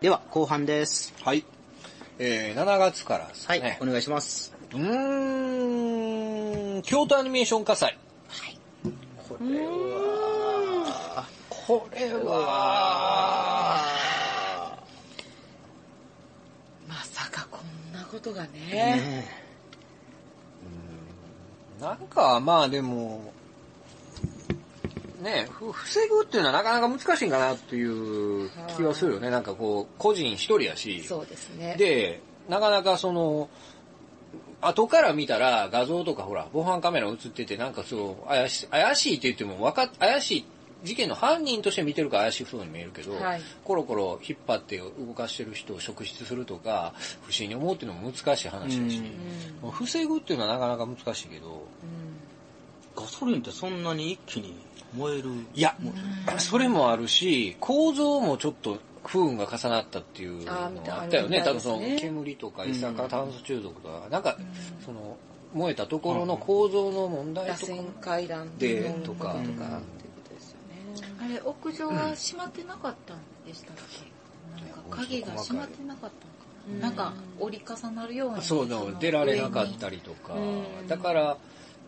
では、後半です。はい。えー、7月からですはい、ね。お願いします。うーん、京都アニメーション火災。これは、これは、まさかこんなことがね。ねなんか、まあでも、ねふ防ぐっていうのはなかなか難しいんかなっていう気はするよね。なんかこう、個人一人やし。そうですね。で、なかなかその、後から見たら画像とかほら、防犯カメラ映っててなんかそう、怪しい、怪しいって言ってもわかっ、怪しい、事件の犯人として見てるから怪しい風に見えるけど、はいコロコロ引っ張って動かしてる人を職質するとか、不審に思うっていうのも難しい話だし、うん。防ぐっていうのはなかなか難しいけど、うんガソリンってそんなに一気に燃える。いや、それもあるし、構造もちょっと不運が重なったっていうのあーみたいがあったよね。あ多るみ分そたいでのすね煙とかうん一酸化炭素中毒とか、なんか、その、燃えたところの構造の問題螺とかも旋階段のでととかとかかっていうことですよね。あれ、屋上は閉まってなかったんでしたっけなんか鍵が閉まってなかったのかななんか折り重なるように。そうのの、出られなかったりとか、だから、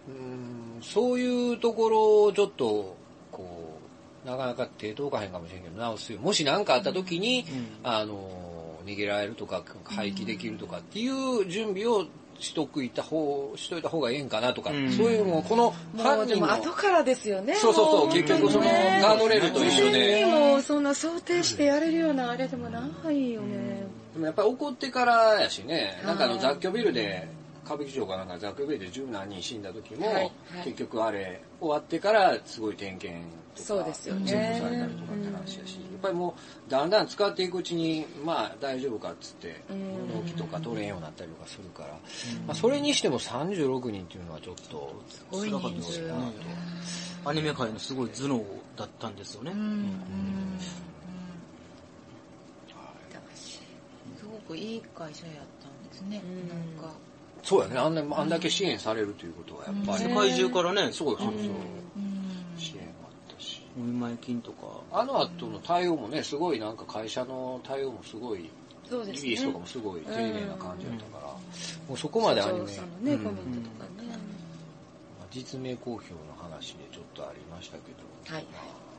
うん、そういうところをちょっと、こう、なかなか手届かへんかもしれんけど、直すよ。もし何かあった時に、あの、逃げられるとか、廃棄できるとかっていう準備をしとくいた方、しといた方がええんかなとか、うんそういうのも、このも犯うで人もの、後からですよね。そうそうそう、も結局そ本の、当にねガードレールと一緒事で前。にもうそんな想定してやれるようなあれでもないよね。でもやっぱり怒ってからやしね、いなんかあの雑居ビルで、歌舞伎町かなんか雑居ビルで十何人死んだ時も、はいはい結局あれ、終わってからすごい点検とか、そうですよねチェックされたりとかって話やし、やっぱりもうだんだん使っていくうちに、まあ大丈夫かっつって、うん納期とか取れんようになったりとかするから、まあそれにしても36人っていうのはちょっと、ごい辛かった人です数ねう。んアニメ界のすごい頭脳だったんですよね。うんすごくいい会社やったんですね。んなんか。そうやね、あんなあんだけ支援されるということはやっぱり、世界中からね、そうそうそう、うん支援もあったし。お見舞い金とか。あの後の対応もね、すごいなんか会社の対応もすごい、そうでリすリースとねか。もすごい丁寧な感じだったから、もうそこまでアニメ、さんのね、うんコメントとかね。実名公表の話でちょっとありましたけど、はい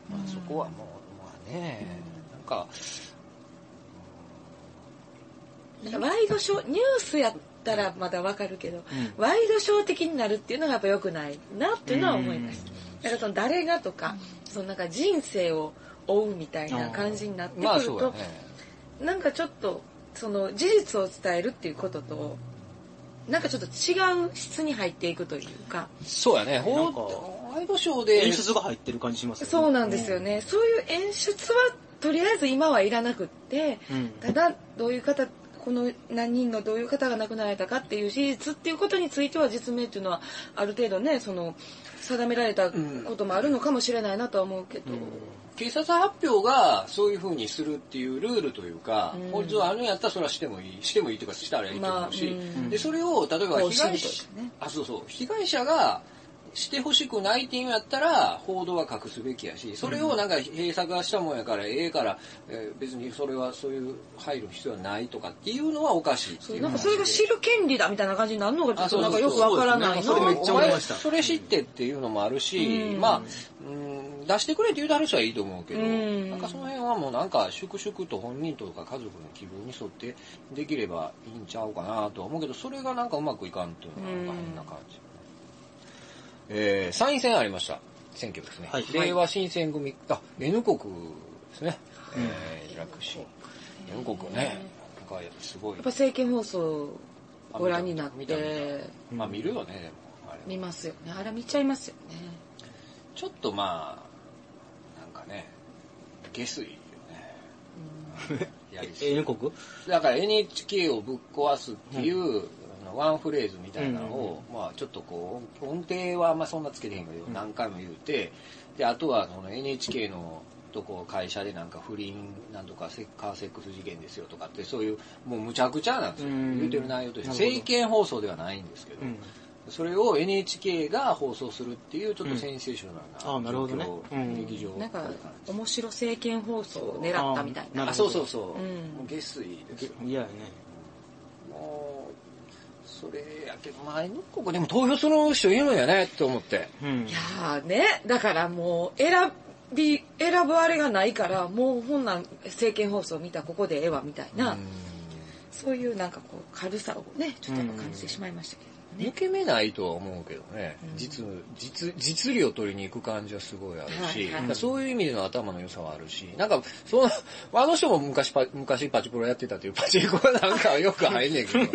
まあ、まあそこはもう、まあね、なんか、なんかワイドショー、ニュースやったらまだわかるけど、ワイドショー的になるっていうのがやっぱ良くないなっていうのは思います。なんかその誰がとか、そのなんか人生を追うみたいな感じになってくまあるそうとだ、ね。なんかちょっと、その事実を伝えるっていうことと、なんかちょっと違う質に入っていくというか、そうやね、なほんかう、ワイドショーで演、出が入ってる感じしますよね。そうなんですよね。そういう演出はとりあえず今はいらなくって、うんただどういう方、この何人のどういう方が亡くなられたかっていう事実っていうことについては実名っていうのはある程度ね、その定められたこともあるのかもしれないなとは思うけど、警察発表がそういう風にするっていうルールというか、法律はあるんやったらそれはしてもいい、してもいいというかしたらいいと思うし、まあで、それを例えばこう被害すると者いうかね、あ、そうそう、被害者がしてほしくないっていうんやったら、報道は隠すべきやし、それをなんか閉鎖がしたもんやから、ええから、えー別にそれはそういう配慮必要はないとかっていうのはおかしいってそういうなんかそれが知る権利だみたいな感じになるのがちょっあそとうなそんかうそうよくわからないなそれめっちゃ思いましたお前それ知ってっていうのもあるし、うんまあ、うん、出してくれって言うた話はいいと思うけど、うんなんかその辺はもうなんか粛々と本人とか家族の希望に沿ってできればいいんちゃうかなとは思うけど、それがなんかうまくいかんっていうのはなんか変な感じ。えー、参院選ありました。選挙ですね。はい令和新選組、あ、N 国ですね。えー、イラク市。N 国ね。なんかすごいやっぱ。政見放送ご覧になっ見た見た見てまあ見るよね、でも。あれ見ますよね。あれ見ちゃいますよね。ちょっとまあ、なんかね、下水よね。やりすえぎ英国だから NHK をぶっ壊すっていう、あのワンフレーズみたいなのを、まあちょっとこう、音程はあんまそんなつけてへんけど、何回も言うて、で、あとはその NHK のとこ会社でなんか不倫なんとかセカーセックス事件ですよとかってそういうもうむちゃくちゃなんですよ、うん言うてる内容としてなるほど政見放送ではないんですけど、うんそれを NHK が放送するっていうちょっとセンセーショうんあナなルるなほどね状況うん劇場なんか面白政見放送を狙ったみたいあななあそうそうそうう、んもう下水ですよいやね。もうそれやけど前のここでも投票する人いるんやねと思ってうんい。やーねだからもう選び選ぶあれがないからもうほんなん政見放送見たらここでええわみたいな、そういうなんかこう軽さをねちょっとやっぱ感じてしまいましたけどね抜、け目ないとは思うけどね、うん実実実利を取りに行く感じはすごいあるはいし、はいなんかそういう意味での頭の良さはあるし、なんか、その、あの人も昔パ、昔パチプロやってたっていうパチンコはなんかよく入ん ねんけど。なん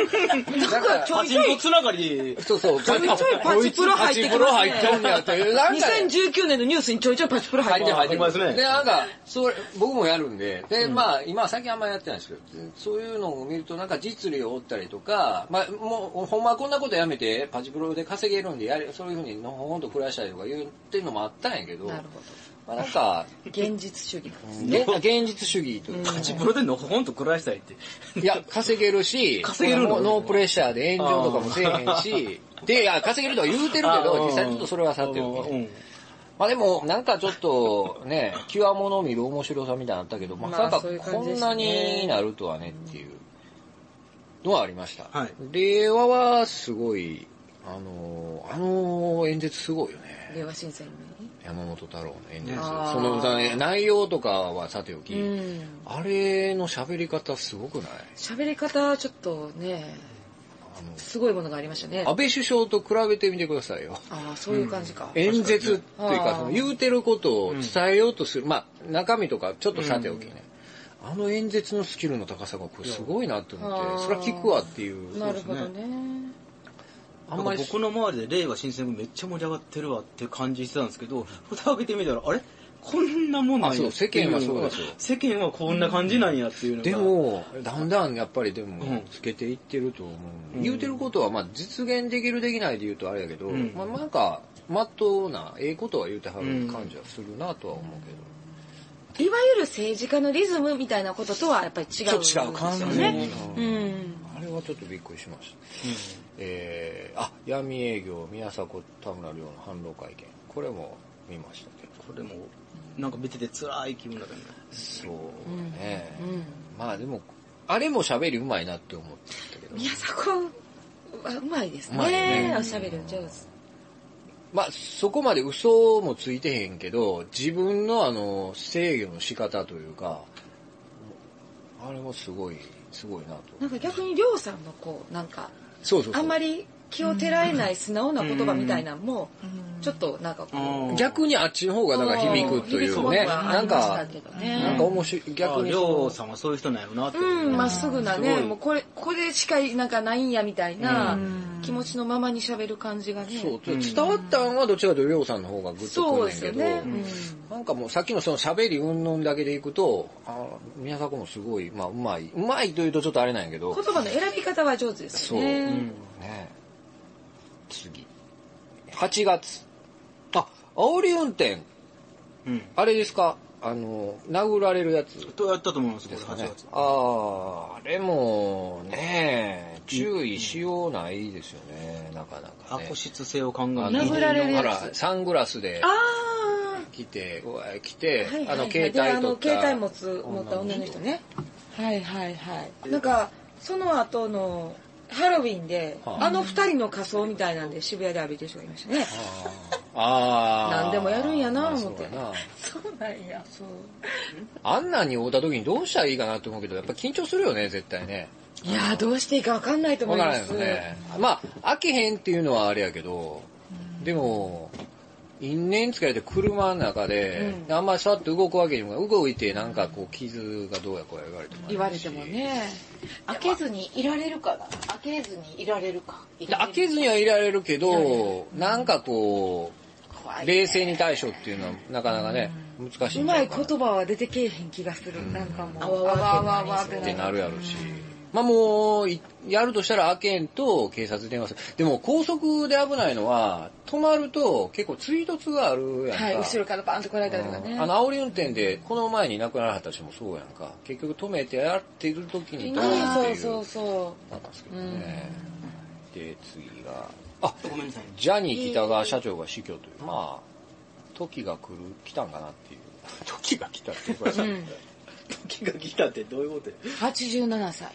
かちょパチンコつながりで、そうそう、ちょいちょいパチプロ入ってきますねパチプロ入っとんねやという、なんか、 2019年のニュースにちょいちょいパチプロ入入っっててる入ってあありますねで、なんか、それ、僕もやるんで、で、まあ、今、最近あんまやってないんですけど、そういうのを見ると、なんか実利を追ったりとか、まあ、もう、ほんまはこんなことやめて、パチプロで稼げるんで、やれ、そういうふうにのほほんと暮らしたりとか言ってるのもあったんやけど、なるほまあ、なんか、ど現実主義なんですね現現実主義というかパチプロでのほほんと暮らしたいって。いや、稼げるし、稼げるのノーノープレッシャーで炎上とかもせえへんし、で、いや、稼げるとは言うてるけど、実際ちょっとそれはさておき。うん。まあでも、なんかちょっと ね、極物を見る面白さみたいなのあったけど、まさまかあそういう感こじでんしたなねになるとはねっていうのはありました。はい令和はすごい、あのー、あの演説すごいよね。令和新選山本太郎の演説。うんあーそのだ内容とかはさておき、組うんあれの喋り方すごくない喋り方ちょっとねあのすごいものがありましたね安倍首相と比べてみてくださいよ。ああそういう感じか、演説っていうあーか、その言うてることを伝えようとする、まあ中身とかちょっとさておきね、あの演説のスキルの高さがこれすごいなって思あーって、それは聞くわっていう、なるほどねあなんかんまり、僕の周りで令和新選組めっちゃ盛り上がってるわって感じしてたんですけど、蓋開けてみたら、あれこんなもんなんやあそう世間はそうですよ世間はこんな感じなんやっていうのが。でも、だんだんやっぱりでもうん、つけていってると思うう。ん言うてることは、まあ実現できるできないで言うとあれやけど、うんまあなんか、まっとうな、ええことは言うてはる感じはするなとは思うけど。いわゆる政治家のリズムみたいなこととはやっぱり違うんですちょっと違う感じよのねううんんあれはちょっとびっくりしました。えー、あ、闇営業、宮迫田村亮の反論会見。これも見ましたけど。これも、なんか見てて辛い気分だったね。そうね、うんまあでも、あれも喋りうまいなって思ってたけど。宮迫はうまいですうまいねねおしゃべり上手まあそこまで嘘もついてへんけど、自分のあの、制御の仕方というか、あれもすごい、すごいなと。なんか逆に亮さんのこうなんかそうそうそう。あんまり。り気をてらえない素直な言葉みたいなのもちょっとなんかこうん逆にあっちの方がなんか響くというね。うんなんか、なんか面白い、逆にりその。ょうさんはそういう人なんやろなってういうね。うんまっすぐなねすごいもうこれここでしかなんかないんやみたいな気持ちのままにしゃべる感じがねそう、うん伝わったんはどっちかというと、りょうさんの方がグッとくそうるんでやすけよど、ねなんかもうさっきのその喋り云々だけでいくと、あ宮迫もすごい、まあうまい、うまいというとちょっとあれなんやけうどん、言葉の選び方は上手ですようねね次。8月。あ、煽り運転。うん。あれですかあの、殴られるやつとやったと思います、こでれすか8ね月。。あー、あれもね、注意しようないですよね、なかなか、ね。悪質性を考えあての殴られるやつほらサングラスで。あ来て、うわ来て、あはいあはいはの、い携帯であ取のった。携帯持つ持った女の人ねはいはいはいなんかその後のハロウィンで、はああ、の二人の仮装みたいなんで渋谷で浴びてる人がいましたね。ああ。何でもやるんやな思ってまあそうそやうなんや。そう。なあんなんに会うた時にどうしたらいいかなと思うけど、やっぱ緊張するよね、絶対ね。いやーどうしていいかわかんないと思わいかまらないす。よね。まあ、飽きへんっていうのはあれやけど、でも、因縁つけられて車の中で、うんあんまりさっと動くわけにも動いてなんかこう傷がどうやこうや言われてもあれだし言われても。ね。開けずにいられるかな開けずにいられるかで開けずにはいられるけど、なんかこ怖う、い冷静に対処っていうのはなかなかね、難しいうんちゃまかない言葉は出てけえへん気がする。なんかもう。あわわわわってっなてるなるやろし。まあもう、いやるとしたら、アけんと警察に電話する。でも、高速で危ないのは、止まると結構追突があるやんか。はい、後ろからバーンと来られたりとかうねんあ。の、煽り運転で、この前に亡くなられた人もそうやんか。結局止めてやってる時にドーンってそいうう。そうそなんですけどね。で、次が、あ、ごめんなさい。ジャニー喜多川社長が死去という、まあ、時が来る、来たんかなっていう。 時が来たっていうか、ん時が来たってどういうことよ87歳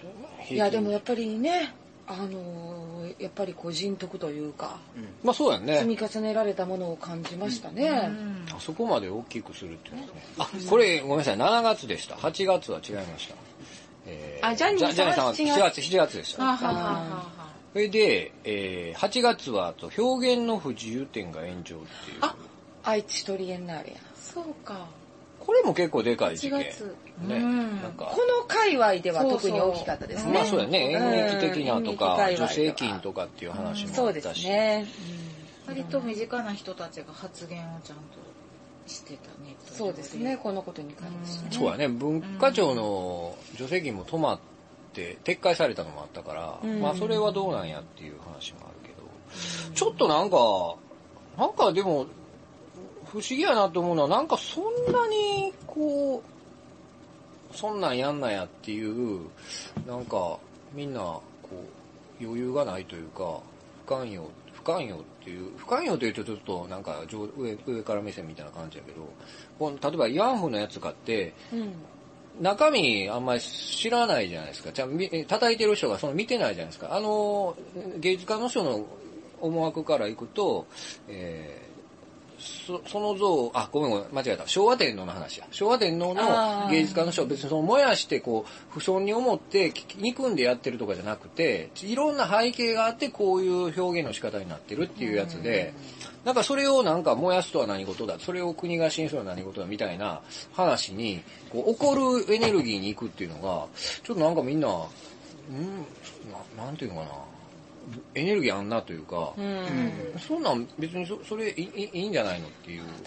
均いやでもやっぱりねあのーやっぱりこう人徳というかまあそうやん積ね。み重ねられたものを感じましたね、あそこまで大きくするっていうのはね。あ、これごめんなさい、7月でした。8月は違いました。えあジャニーさんはジャニーさんは7月、7月でした。ははははそれで、えー8月はあと表現の不自由点が炎上っていう。あ愛知トリエンナーレやそうか。これも結構でかい事件。 8月ね。うんなんかこ、の界隈ではそうそう特に大きかったですねまあそうやね、うん演劇的なとか、演劇界隈では助成金とかっていう話もあったし。そうですね、割と身近な人たちが発言をちゃんとしてたね。そうですねこのことに関してねそうやね、文化庁の助成金も止まって、撤回されたのもあったから、んまあそれはどうなんやっていう話もあるけど、ちょっとなんか、なんかでも、不思議やなと思うのは、なんかそんなに、こう、そんなんやんなやっていう、なんか、みんな、こう、余裕がないというか、不寛容、不寛容っていう、不寛容というとちょっとなんか上上上から目線みたいな感じやけど、この例えば慰安婦のやつ買って、うん中身あんまり知らないじゃないですか。じゃあみ叩いてる人がその見てないじゃないですか。あの、芸術家の人の思惑からいくと、えーそその像、あ、ごめんごめん、間違えた。昭和天皇の話や。昭和天皇あのー芸術家の人は別にその燃やしてこう、不損に思ってき憎んでやってるとかじゃなくて、いろんな背景があってこういう表現の仕方になってるっていうやつで、なんかそれをなんか燃やすとは何事だ、それを国が支援するとは何事だみたいな話に、こう、怒るエネルギーに行くっていうのが、ちょっとなんかみんな、うん、ななんていうのかな、エネルギーあんなというか、そんなん別にそそれいいいいんじゃないのっていう。確か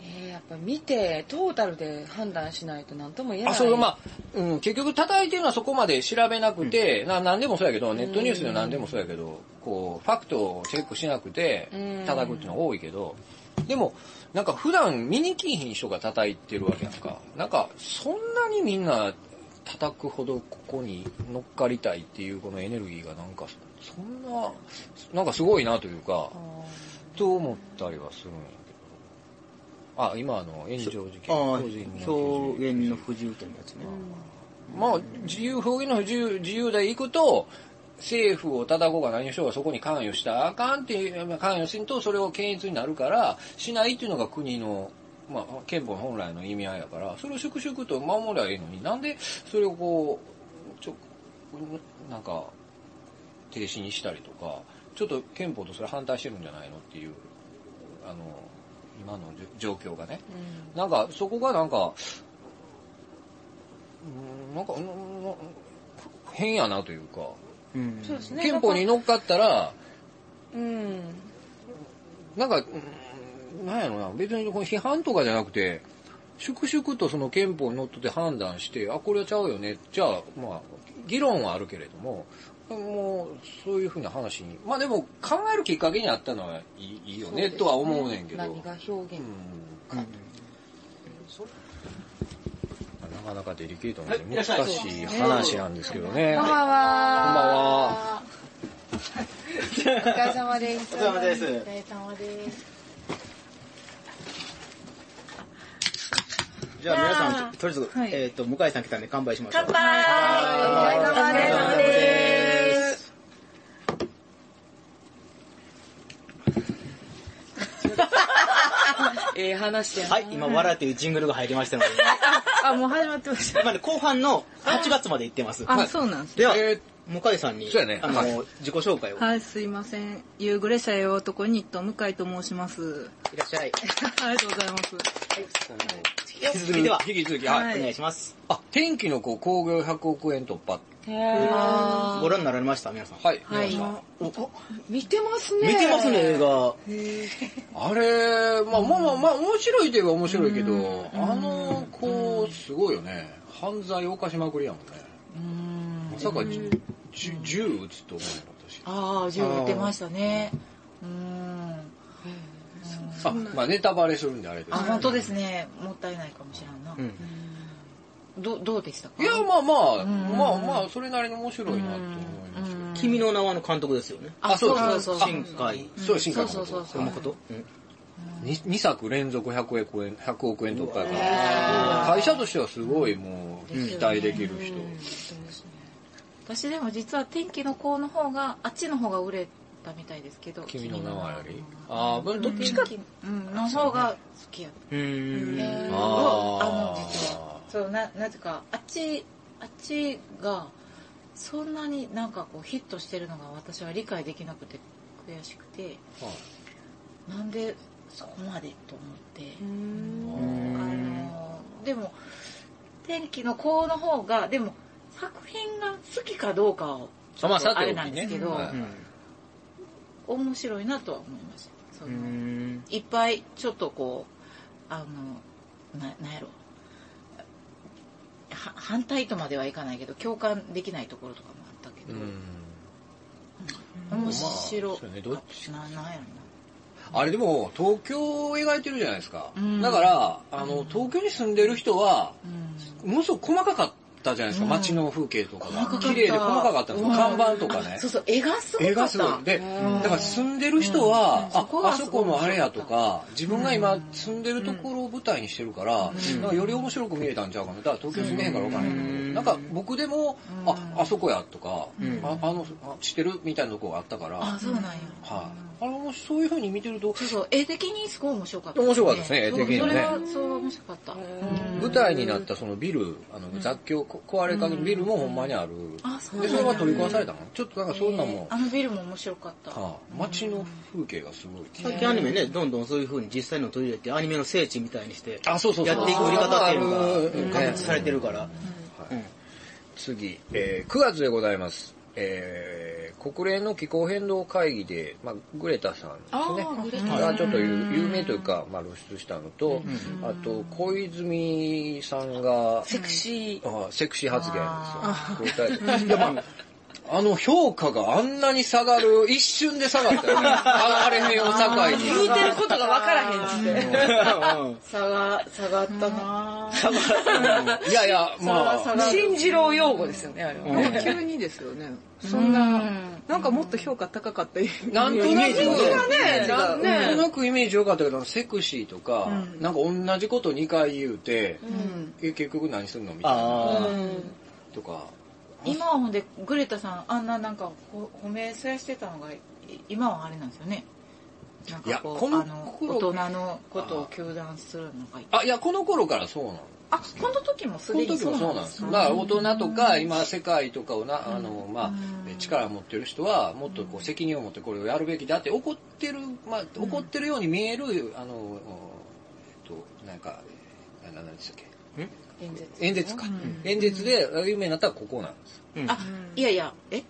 にねやっぱ見てトータルで判断しないと何とも言えないあ、そう、まあ、うん、結局叩いてるのはそこまで調べなくて、な、なんでもそうやけど、ネットニュースでなんでもそうやけど、こう、ファクトをチェックしなくてうん、叩くっていうのは多いけど、でも、なんか普段見に来いひん人が叩いてるわけやんか。なんか、そんなにみんな叩くほどここに乗っかりたいっていうこのエネルギーがなんか、そんな、なんかすごいなというか、と思ったりはするんやけど。あ、今あの、炎上事件。ああ当時の表現の不自由点のやつねまあ、自由、表現の自由、自由で行くと、政府を叩こうが何をしようがそこに関与したらあかんっていう、関与するとそれを検閲になるから、しないっていうのが国の、まあ、憲法の本来の意味合いやから、それを粛々と守りゃいいのに、なんでそれをこう、ちょ、なんか、停止にしたりとか、ちょっと憲法とそれ反対してるんじゃないのっていう、あの、今の状況がね。なんか、そこがなんか、うんなんか、うんうん変やなというか、うんそうですね憲法に乗っかったら、うんなんか、うんなんやろな、別にこの批判とかじゃなくて、粛々とその憲法にのっとって判断して、あ、これはちゃうよね。じゃあ、まあ、議論はあるけれども、もう、そういうふうな話に。まあでも、考えるきっかけにあったのはいいいいよね、とは思うねんけど。何が表現うんうんなかなかデリケートなはいいらっ難しゃいしい話なんですけどね。こんばんこんばんはは。お疲れ様ですお疲れ様ですお疲れ様です。じゃあ皆さん、あーとりあえず、はいえっ、と、向井さん来たんで乾杯しましょう。杯お疲れ様ですええ話やなはい、今、笑うというジングルが入りましたので、あ、もう始まってました。今ね、後半の8月まで行ってます。はあ、いそうなんですね。では、え向井さんに、そうやねあの、はい自己紹介を。はい、すいません。夕暮れ社用男ニット向井と申します。 いらっしゃい。ありがとうございます。引き続きでは、引き続き、ははいい。お願いします。あ、天気の子工業100億円突破。あご覧になられました、皆さん。はい、は見い。まし見てますね見てますね、映画。たあれ、まあまあまあ、まあ、面白いといえば面白いけど、あの子、すごいよね。犯罪を犯しまくりやもんね。まさか、じゅ銃撃つと思うよ、私。ああ、銃撃ってましたね。うーん。あ、まあネタバレするんであれですあ、本当ですね。もったいないかもしれんな。うん。どどうでしたかいや、まあまあ、んまあまあ、それなりに面白いなと思いますけど。君の名はの監督ですよね。あそうそうそう新海そうです新海そうそうそう山本に 2, 作連続100億円 ,100 億円突破やから会社としてはすごいもう期待できる人、私でも実は天気の子の方があっちの方が売れたみたいですけど君の名はよりあああどっちか天気うんの方が好きやっうん。うん。たあーあの実はそうななぜかあっちあっちがそんなになんかこうヒットしてるのが私は理解できなくて悔しくてはいなんでそこまでと思って、うんあのでも天気の子の方がでも作品が好きかどうかをちょまっあさとてあおきねれなんですけど、はい面白いなとは思いましたそうのん。いっぱいちょっとこうあのななんやろは反対とまではいかないけど共感できないところとかもあったけうど、ん面白まあそうねどっちななんやろなあれでも東京を描いてるじゃないですか、うんだからあの東京に住んでる人はものすごく細かかったじゃないですか、うん街の風景とか細かかがった綺麗で細かかったんですようん看板とかあねそうそう絵がすごかった絵がすごいでうんだから住んでる人は、うんあそこあがすそごこい面白かったのあれやとか自分が今住んでるところを舞台にしてるから,、うんより面白く見えたんちゃうかなだから東京住めへんから分からへんけど、うんなんか僕でも、うんああそこやとか、うんああのあ知ってるみたいなとこがあったから、あそうなんや、はい、あのそういう風に見てるとそうそう絵的にすごい面白かった、面白かったですね絵的にはねそうそれはそう面白かったうん舞台になったそのビル、あの雑居、こ壊れかけのビルもほんまにある。あそうなんで、やそれが取り壊されたのちょっとなんかそんなんえーも、あのビルも面白かった、はあ、街の風景がすごい。最近アニメね、どんどんそういう風に実際のを取り入れて、アニメの聖地みたいにして、あ、そうそうそう。やっていく売り方っていうのが、ある確立されてるから。うん次、えー9月でございます。えー国連の気候変動会議で、まあ、グレタさんですねあーグレタさんがちょっと有有名というか、まあ、露出したのと、あと小泉さんがセクシー。あセクシー発言ですよ。こういうタイプいやまああの評価があんなに下がる、一瞬で下がったよね。ああれへんを境に。言うてることがわからへんっつって。うん下が、下がったな。下がいやいや、まあ、新次郎用語ですよね、あれは。うん急にですよね。そんなうん、なんかもっと評価高かったイメージなんとなく、ねなんねなんとなくイメージ良かったけど、セクシーとか、なんか同じこと2回言うて、え結局何すんのみたいな。あとか、今はほんでグレタさんあんななんかほ褒めさやしてたのがい今はあれなんですよねなんいやかここうのあの大頃人のことを糾弾するのがいいあ、いや、この頃からそうなの。あこの時もすそのでに時もそうなんですよ。だから大人とか、今世界とかをな、あの、まあ、え力を持ってる人は、もっとこう責任を持ってこれをやるべきだって怒ってる、まあ、怒ってるように見える、あの、おえっと、なんか、ななんでしたっけ。演説演説か。演説で有名になったらここなんです。うんあいやいやえ、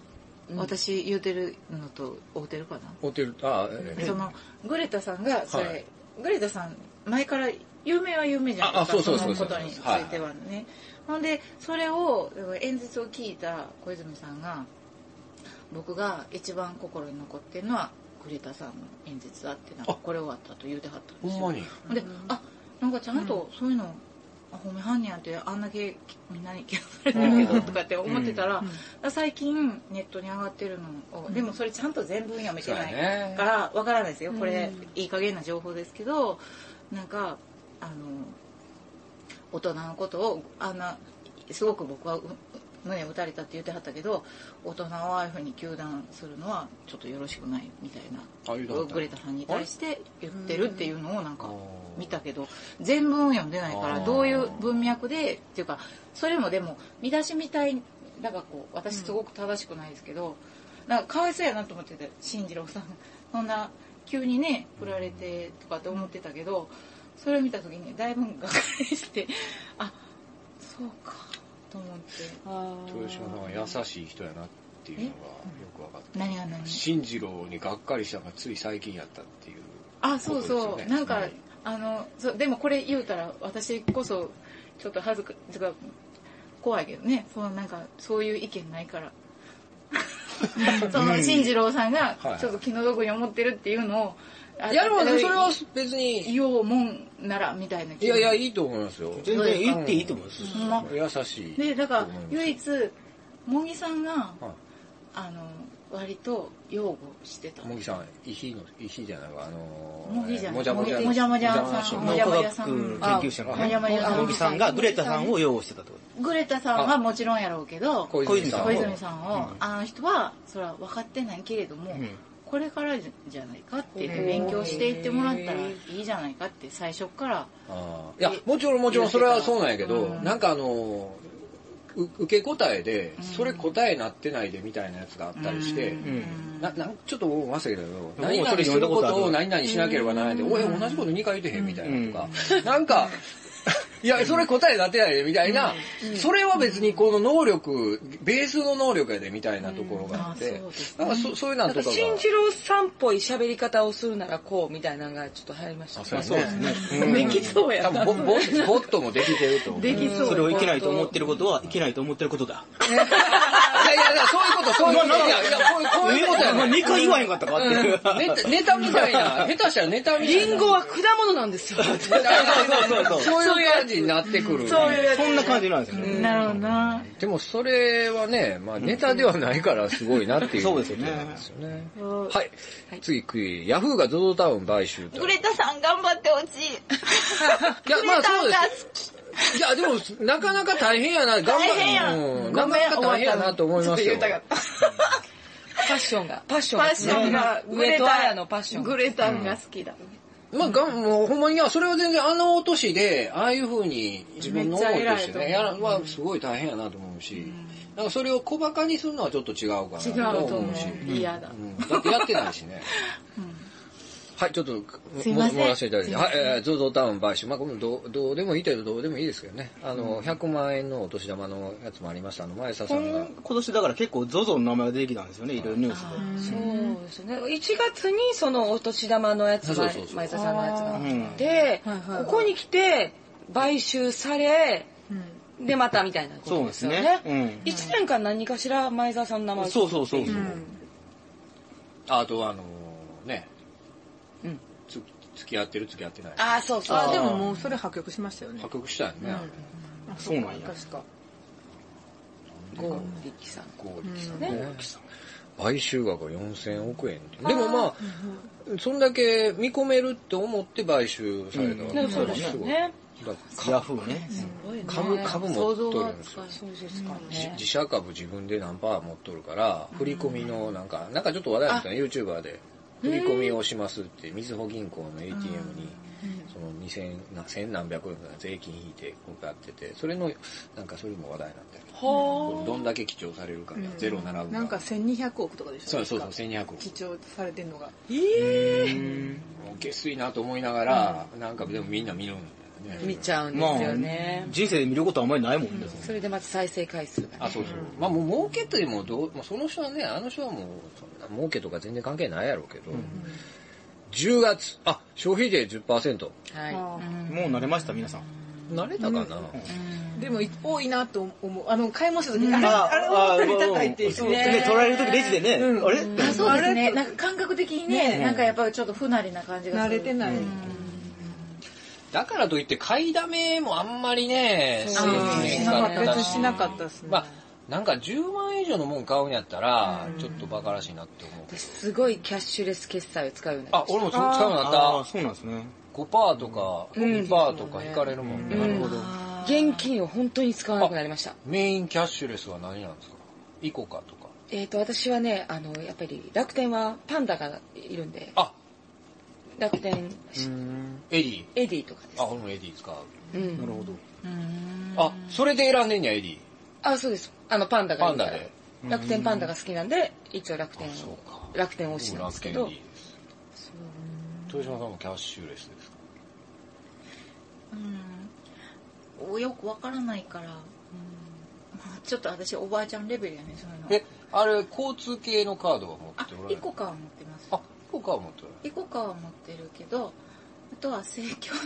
私言うてるのと合うてるかなホテル、あ、ええそのグレタさんがそれ、はいグレタさん前から有名は有名じゃないですああかそそそううそうのそうことについてはね、ほんでそれを演説を聞いた小泉さんが僕が一番心に残ってるのはグレタさんの演説だってなんかこれ終わったと言うてはったんですよほんまに。ほんで、あなんかちゃんとそういうの、あ褒めはんねやってあんだけみんなに聞かれてるけどとかって思ってたら、最近ネットに上がってるのを、でもそれちゃんと全文読めてないそうやねからわからないですよこれ、いい加減な情報ですけどなんかあの大人のことをあんなすごく僕はう胸打たれたって言ってはったけど大人をああいうふうに糾弾するのはちょっとよろしくないみたいなあ言うてはったグレタさんに対して言ってるっていうのをなんか見たけど全文読んでないかあらーどういう文脈でっていうかそれもでも見出しみたいだからこう私すごく正しくないですけど、なんかかわいそうやなと思ってて進次郎さん そんな急にね振られてとかって思ってたけどそれを見た時にだいぶがっかりしてあそうかと思って豊島さんは優しい人やなっていうのがよく分かった。何が何進次郎にがっかりしたのがつい最近やったっていう。あ、そこうとそう。ですよねなんか、はいあの、そう、でもこれ言うたら、私こそ、ちょっと恥ずか、てか怖いけどね。そう、なんか、そういう意見な いから。その、進次郎さんがはい、ちょっと気の毒に思ってるっていうのを、あいや、でもそれは別に、言おうもんなら、みたいないやいや、いいと思いますよ。全然言っていいと思います。ほんま優しい。で、だからと思い、ます唯一、茂木さんが、はいあの、割と擁護してた。もぎさん、石井の、石井じゃないわ、あのー、もぎじゃないもじゃもじゃ。もじゃもじゃさんさんも脳じゃ科もじゃ学さ研ん究者のあもじゃもじゃさん茂木さんがグレタさんを擁護してたってこグレタさんはもちろんやろうけど、小泉さんを。小泉さんをうん、あの人は、それは分かってないけれどもと。、うんこれからじゃないかって言って勉強していってもらったらいいじゃないかって最初から、あーいや、もちろんもちろんそれはそうなんやけど、うんなんかあのー、う受け答えで、んそれ答えなってないでみたいなやつがあったりして、うんななんちょっと思いましたけど、僕何も々それす読んだるこことあるとを何々しなければならないで、おい、同じこと2回言ってへんみたいなとか、なんか、いや、それ答えなってないでみたいな、それは別にこの能力、ベースの能力やでみたいなところがあって、うんあそうですなねんかそそういうななんんとか、かが。新次郎さんっぽい喋り方をするならこうみたいなのがちょっと流行りましたあね。そうですね。できそうや多な。分ボ、ボボットもできてると思う。できそう。それをいけないと思ってることは、いけないと思ってることだ。いやいやいや、そういうこと、そういうこと。まあいやいや、こういうこういうことやまあね。 2回言わへんかったかっていう。ネタネタみたいな、下手したらネタみたいな。リンゴは果物なんですよ。そうそそううそうそういう感じになってくる。そういうやつそんな感じなんですよね。なるほどな。でもそれはね、まあネタではないからすごいなっていう。そうですよねことなんですよね。はい。次、クイヤフーがゾゾタウン買収と。グレタさん頑張ってほしい。いや、まあそうグレタがです。いや、でも、なかなか大変やな。大頑張変やうんなかなか大変やなと思いますよ。パッションが。パッションパが。ッションが、グレタアヤのパッションがグレタが好きだ。まあ、がん、もうほんまに、いやそれは全然あの年で、ああいう風に自分の思いとしてね、やら、まあすごい大変やなと思うし、なんかそれを小馬鹿にするのはちょっと違うかなと思うし。嫌だ。うんだってやってないしね。はい、ちょっと、もすいません戻らせていただいて。はい、えー、ゾゾタウン買収。まあ、これもどう、どうでもいいけど、どうでもいいですけどね。あの、100万円のお年玉のやつもありました。あの、前佐さんが今。年だから結構 ZOZO の名前が出てきたんですよね、いろいろニュースそうですね。1月にそのお年玉のやつそうがそうそう、前田さんのやつがで。うん。で、はいはいはいここに来て、買収され、で、またみたいなことですよそうでねす。ねうん1年間何かしら前澤さんの名前そうそうそうそう。あと、あのね、うんつ付き合ってる付き合ってない。ああ、そうそう。あ、でももうそれ破局しましたよね破。局したよね。あれあそうなんや確か。ゴーリキさん。合力さんね。買収額が4000億円ってでもまあ、そんだけ見込めるって思って買収されたわけうねんそうですよね。だかヤらフーね。株、株持っとるんですよ。そうですかじね。自社株自分で何パー持っとるから、振り込みのなんか、なんかちょっと話題になったね、YouTuber で。振り込みをしますって、みずほ銀行の ATM に、その2000な、千何百円か税金引いて、こうやってて、それの、なんかそれも話題になったりこれどんだけ記帳されるかね、ゼロ並ぶなんか1200億とかでしょそうそうそう、確か1200億。記帳されてんのが。もう下水なと思いながら、なんかでもみんな見るんだよね。見ちゃうんですよね。人生で見ることはあんまりないもんね。それでまた再生回数があ、ね。そうそう。まあもう儲けってもどう、まあ、その人はね、あの人はもう、そんな儲けとか全然関係ないやろうけど、10月、あ、消費税10%。はもう慣れました、皆さん。慣れたかな、でもい多いなと思う。あの、買い物した時に、ああれ、あれを取りたいっていう。そうね、取られるときレジでね、あれあそうですね。なんか感覚的にね、なんかやっぱりちょっと不慣れな感じが慣する。れてない。だからといって買いだめもあんまりね、せえへしんなかかっった別たにししなかったですね。まあ、なんか10万円以上のもん買うんやったら、ちょっとバカらしいなって思う。い。私すごいキャッシュレス決済を使うようになあり、まし俺もそう使うようになああ、った。そうなんですね。 5%とか、2%とか引かれるもんね。なるほど。た。現金を本当に使わなくなりました。メインキャッシュレスは何なんですかイコカとか。えっ、と、私はね、あの、やっぱり楽天はパンダがいるんで、あ、楽天、エリエディとかでー。あ、俺もエリー使う。す。うん。なるほど。あ、それで選んでんねや、エリあ、そうです。あの、パンダー。がパいるンかダで。ら。楽天パンダが好きなんで、一応楽天あそうか、楽天推しなんラですスけケンど、リーです。豊島さんもキャッシュレスですかうん。よくわからないから、うんまあちょっと私おばあちゃんレベルやね、そういうの。え、あれ、交通系のカードは持あっておら、れイるコカは持ってます。あ、イコカは持っておられイコカは持ってるけど、あとは生協ね、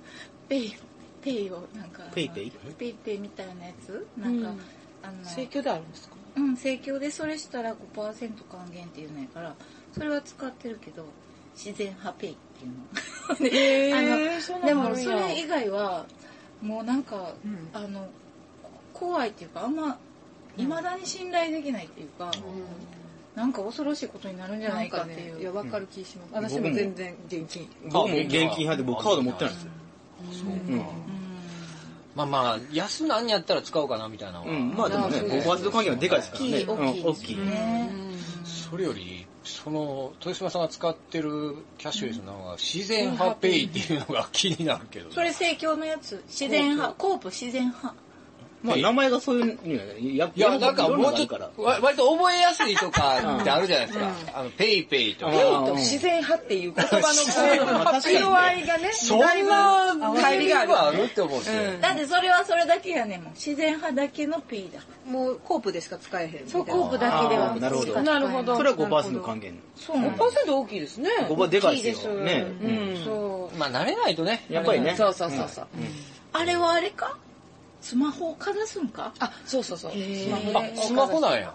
ペイ、ペイをなんか、ペイペイペイペイみたいなやつなんか、うんあの、盛況であるんですかうん、盛況でそれしたら5%還元っていうのやから、それは使ってるけど、自然派ペイっていうの。でそあうのなでんだもそれ以外は、もうなんか、んあの、こ怖いっていうか、あんま、未だに信頼できないっていうか、なんか恐ろしいことになるんじゃないかっていう。いや、わかる気します。ん私も全然現金。僕も現金派で僕カード持ってないんですよ。そうか。うんまあまあ、安なんやったら使おうかなみたいなのはうん、まあでもね、あーそう5%関係はでかいですからね。大きいうん大きい。ねそれより、その、豊島さんが使ってるキャッシュレスなのが、自然派ペイっていうのが気になるけど。それ盛況のやつ。自然派。コープ自然派。まあ名前がそういうのにはね、やっいや、なんかもうちょっからと、わ割と覚えやすいとかってあるじゃないですか。あの、ペイペイとか。ペイペイと自然派っていう 言葉の自然色合いがね、そんな、だいぶ乖離があるはあるって思うんですよ。だってそれはそれだけやねんもん。自然派だけの P だ。もうコープでしか使えへんみたいな。そう、コープだけではあーなるほどなるほそれは5%還元。そうなの5%大きいですね。 5%でかいですよ。大きいねです。うんそう。まあ、慣れないとね。やっぱりね。そうそうそうそう。あれはあれかスマホをかざすんかあ、そうそうそう。スマホあ、スマホなんや。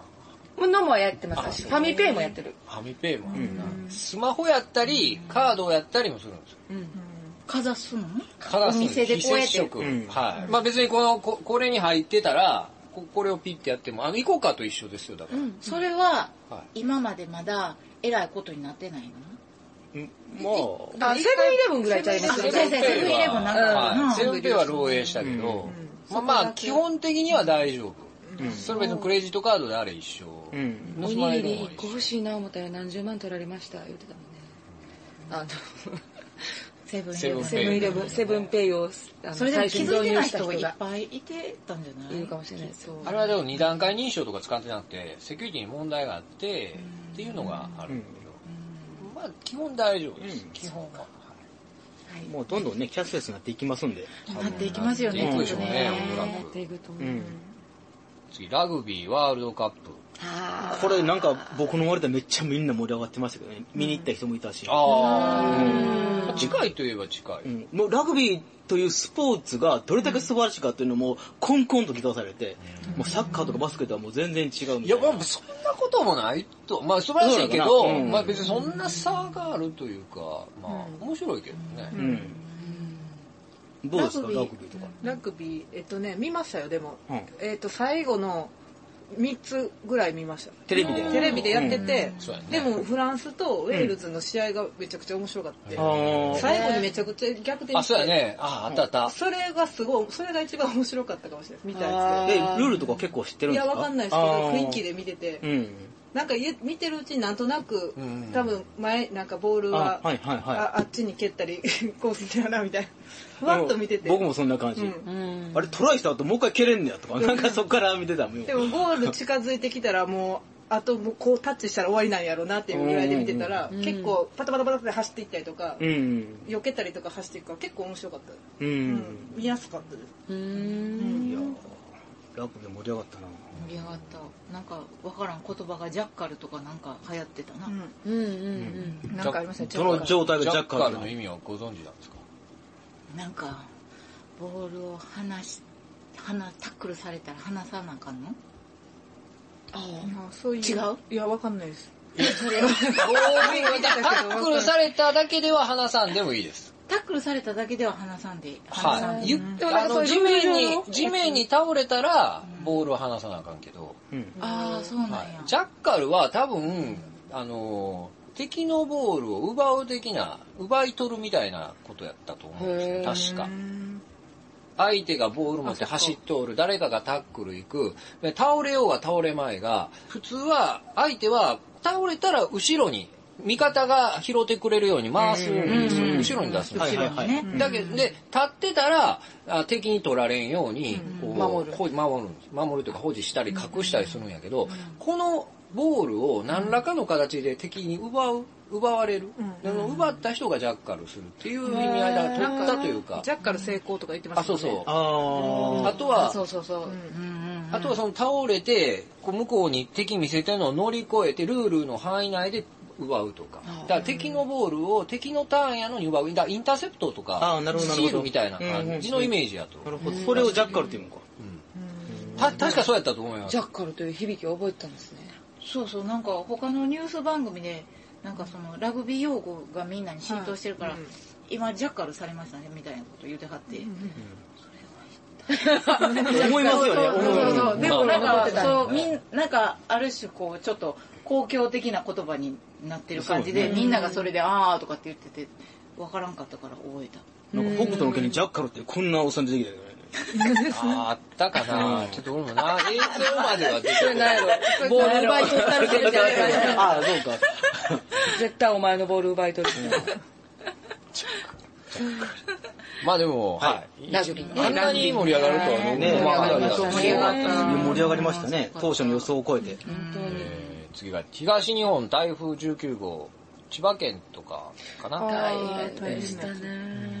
もうのもやってますし、ファミペイもやってる。ファミペイもあるなうスマホやったり、カードをやったりもするんですよ。かざすのおお店でこうやってうんはい。まあ別にこの、ここれに入ってたら、ここれをピッてやっても、あの、イコカと一緒ですよ、だから。それはは今までまだえらいことになってないのうんもう、あ、セブンイレブンぐらいちゃいますそようそうね。セブンイレブンなんかはうんはいセブンペイは漏洩したけど、まあまあ基本的には大丈夫。うんそれ別にクレジットカードであれ一緒。うんお盗まにれぎるりのは1個一緒。欲しいな思ったら何十万取られました、言ってたもんね。あの、セブンイセレブブンセブンイペイン。レブン、セブンペイを、あの、それでも最初気にづ導いてな入いした人人がいっがぱいいてたんじゃないいるかもしれないです。あれはでも二段階認証とか使ってなくて、セキュリティに問題があって、っていうのがあるんだけど、まあ基本大丈夫でうすん。基本は。はいもうどんどんね、キャッシュレスになっていきますんで。なっていきますよねなっていくでしょうね、きおっとねそらやっくて。いくと思うう。ん。次、ラグビーワールドカップ。あこれなんか僕の割ではめっちゃみんな盛り上がってましたけどね。見に行った人もいたし。ああ。近いといえば近い。うんもうラグビーというスポーツがどれだけ素晴らしいかというのも、コンコンと議論されて、もうサッカーとかバスケとはもう全然違うみいたや、いまなあ、。そんなこともないと。まあ、素晴らしいけど、そうだなうんまあ別にそんな差があるというか、まあ、面白いけどね。うん。どうですか、ララググビビーーとか。ラグビー、えっとね、見ましたよ、でも。うんえっと、最後の3つぐらい見ました。テレビで。テレビでやってて、そうやねでもフランスとウェールズの試合がめちゃくちゃ面白かった。あー最後にめちゃくちゃ逆転して。あ、そうやね。あ、あったあった。それがすごい、それが一番面白かったかもしれない。見たやあつえ、ルールとか結構知ってで。るんいですや、かわかんないですけど、雰囲気で。で見ててう。ん。なんか家見てるうちになんとなくうん、多分前、なんかボールは、、あはいはいはああっちに蹴ったり、 こうするなみたいな。い。ふわっと見てて。僕もそんな感じ。うんあれ、トライした後もう一回蹴れんねやとか、なんかそっから見てたもんよでもゴール近づいてきたらもう、あともうこうタッチしたら終わりなんやろうなっていうぐらいで見てたら、結構パタパタパタって走っていったりとか、うん。避けたりとか走っていくから結構面白かった。ううんん。見やすかったです。いやーラグビー盛り上がったな。盛り上がった。なんかわからん言葉がジャッカルとかなんか流行ってたな。ううんうんうん。ん。なんかありましたね。その状態がジジャャッッカカルルのの意味をご存知なんですかなんか、ボールを離し、離、タックルされたら離さなあかんのあそういう。違ういや、わかんないです。タックルされただけでは話さんでもいいです。タックルされただけでは離さんでいい。離さんはでい。いゆあの、地面に、地面に倒れたら、ボールを離さなあかんけど、うん。ああ、そうなんや。はいジャッカルは多分、あのー、敵のボールを奪う的な、奪い取るみたいなことやったと思うんですよ、確か。相手がボール持って走っとる、誰かがタックル行く、で倒れようが倒れまいが、普通は、相手は倒れたら後ろに、味方が拾ってくれるように回すようにする、後ろに出すんですよはいはいはい。だけど、で、立ってたら、あ敵に取られんように、こう守る。守るんです。守るというか保持したり隠したりするんやけど、このボールを何らかの形で敵に奪う、奪われる。でも奪った人がジャッカルするっていう意味合いだ、取ったというかジ。ャッカル成功とか言ってまあ、したそようね。そう。あー。あとは、そうそうそう。うんうんあとはその倒れて、こう向こうに敵見せてるのを乗り越えて、ルールの範囲内で奪うとか。だから敵のボールを敵のターンやのに奪う。だからインターセプトとあかーなる、ほどなスるほどチールみたいな感じのイメージやと。なるほど。それをジャッカルっていうのか。た、確かそうやったと思います。ジャッカルという響きを覚えてたんですね。そうそう、なんか他のニュース番組で、なんかそのラグビー用語がみんなに浸透してるから、今ジャッカルされましたねみたいなこと言うてはって、それは思いますよね、そう思そういまそうすそようねでもなん残ってか、たそう、みんなんか、ある種こう、ちょっと公共的な言葉になってる感じそうで、ねみんながそれで、あーとかって言ってて、わからんかったから覚えた。なんか北斗の拳にジャッカルってこんなおっさん出てきたけどね。あーあったかなちょっと俺もな、映像までは出てそれ ないわボール奪い取ったるけどああ、そうか。絶対お前のボール奪い取るまあでも、はい。ラグビーねあんなに盛り上がるとはね思わなかったです盛り上がったな盛り上がりましたね。当初の予想を超えて。えー次が東日本台風19号、千葉県とかかな。大変でしたね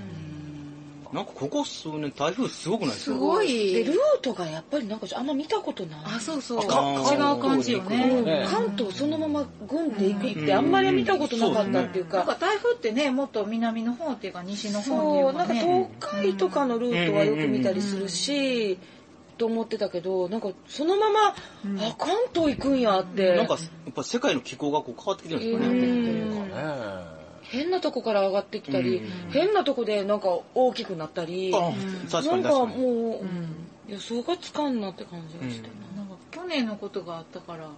なんかここ数年台風すごくないですすかごでルい。ートがやっぱりなんかあんま見たことないあ、そうそう。違うあ感じようね。ね関東そのまま軍で行くってあんまり見たことなかったっていうなんかか、台風ってね、もっと南の方っていうか西のそ方う、なっんてかいうかね。東海とかのルートはよく見たりするし、と思ってたけど、なんかそのまま、あ、関東行くんやって。なんか、やっぱ世界の気候がこう変わってきてるんですかね。うん変なとこから上がってきたり、変なとこでなんか大きくなったり、あ確かなんにか確かに。もう、予想がつかんなって感じがしてなんか去年のことがあったから、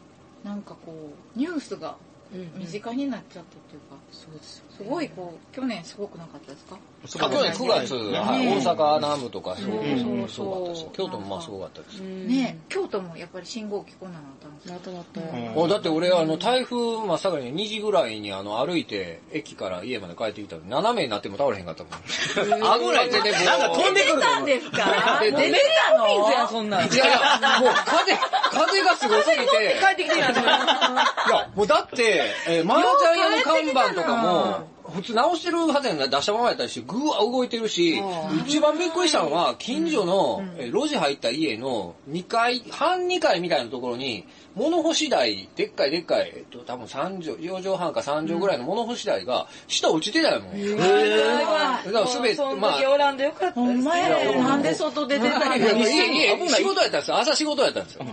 なんかこう、ニュースがな。身い。近になっちゃったっていうか、そうですよねすごいこう、去年すごくなかったですかそあ去年9月、はいね大阪南部とかそううんそううんすごかったですよ。京都もまあなんかすごかったですうよ。んね京都もやっぱり信号機こんなのあったんですよなったなった。うんおだって俺あの台風まさかに2時ぐらいにあの歩いて駅から家まで帰ってきたら斜めになっても倒れへんかったもん。あぐらい出てこう。なんか飛んでくるなんですか出てメリーピンズやん、そんなん。いやいや、もう風、風がすごすぎて。帰ってきてやん、そんなん。いや、もうだって、えー、マージャン屋の看板とかも、普通直してるはずやな出したままやったりして、ぐわ動いてるし、一番びっくりしたのは、近所の、えー路地入った家の2階、半2階みたいなところに、物干し台、でっかいでっかい、えっと、多分3畳、4畳半か3畳ぐらいの物干し台が、下落ちてたよ、もう。だからすべて、まあ、いやオランダよかったほんまやいやなんで外出てたんや家に仕事やったんですよ。朝仕事やったんですよ。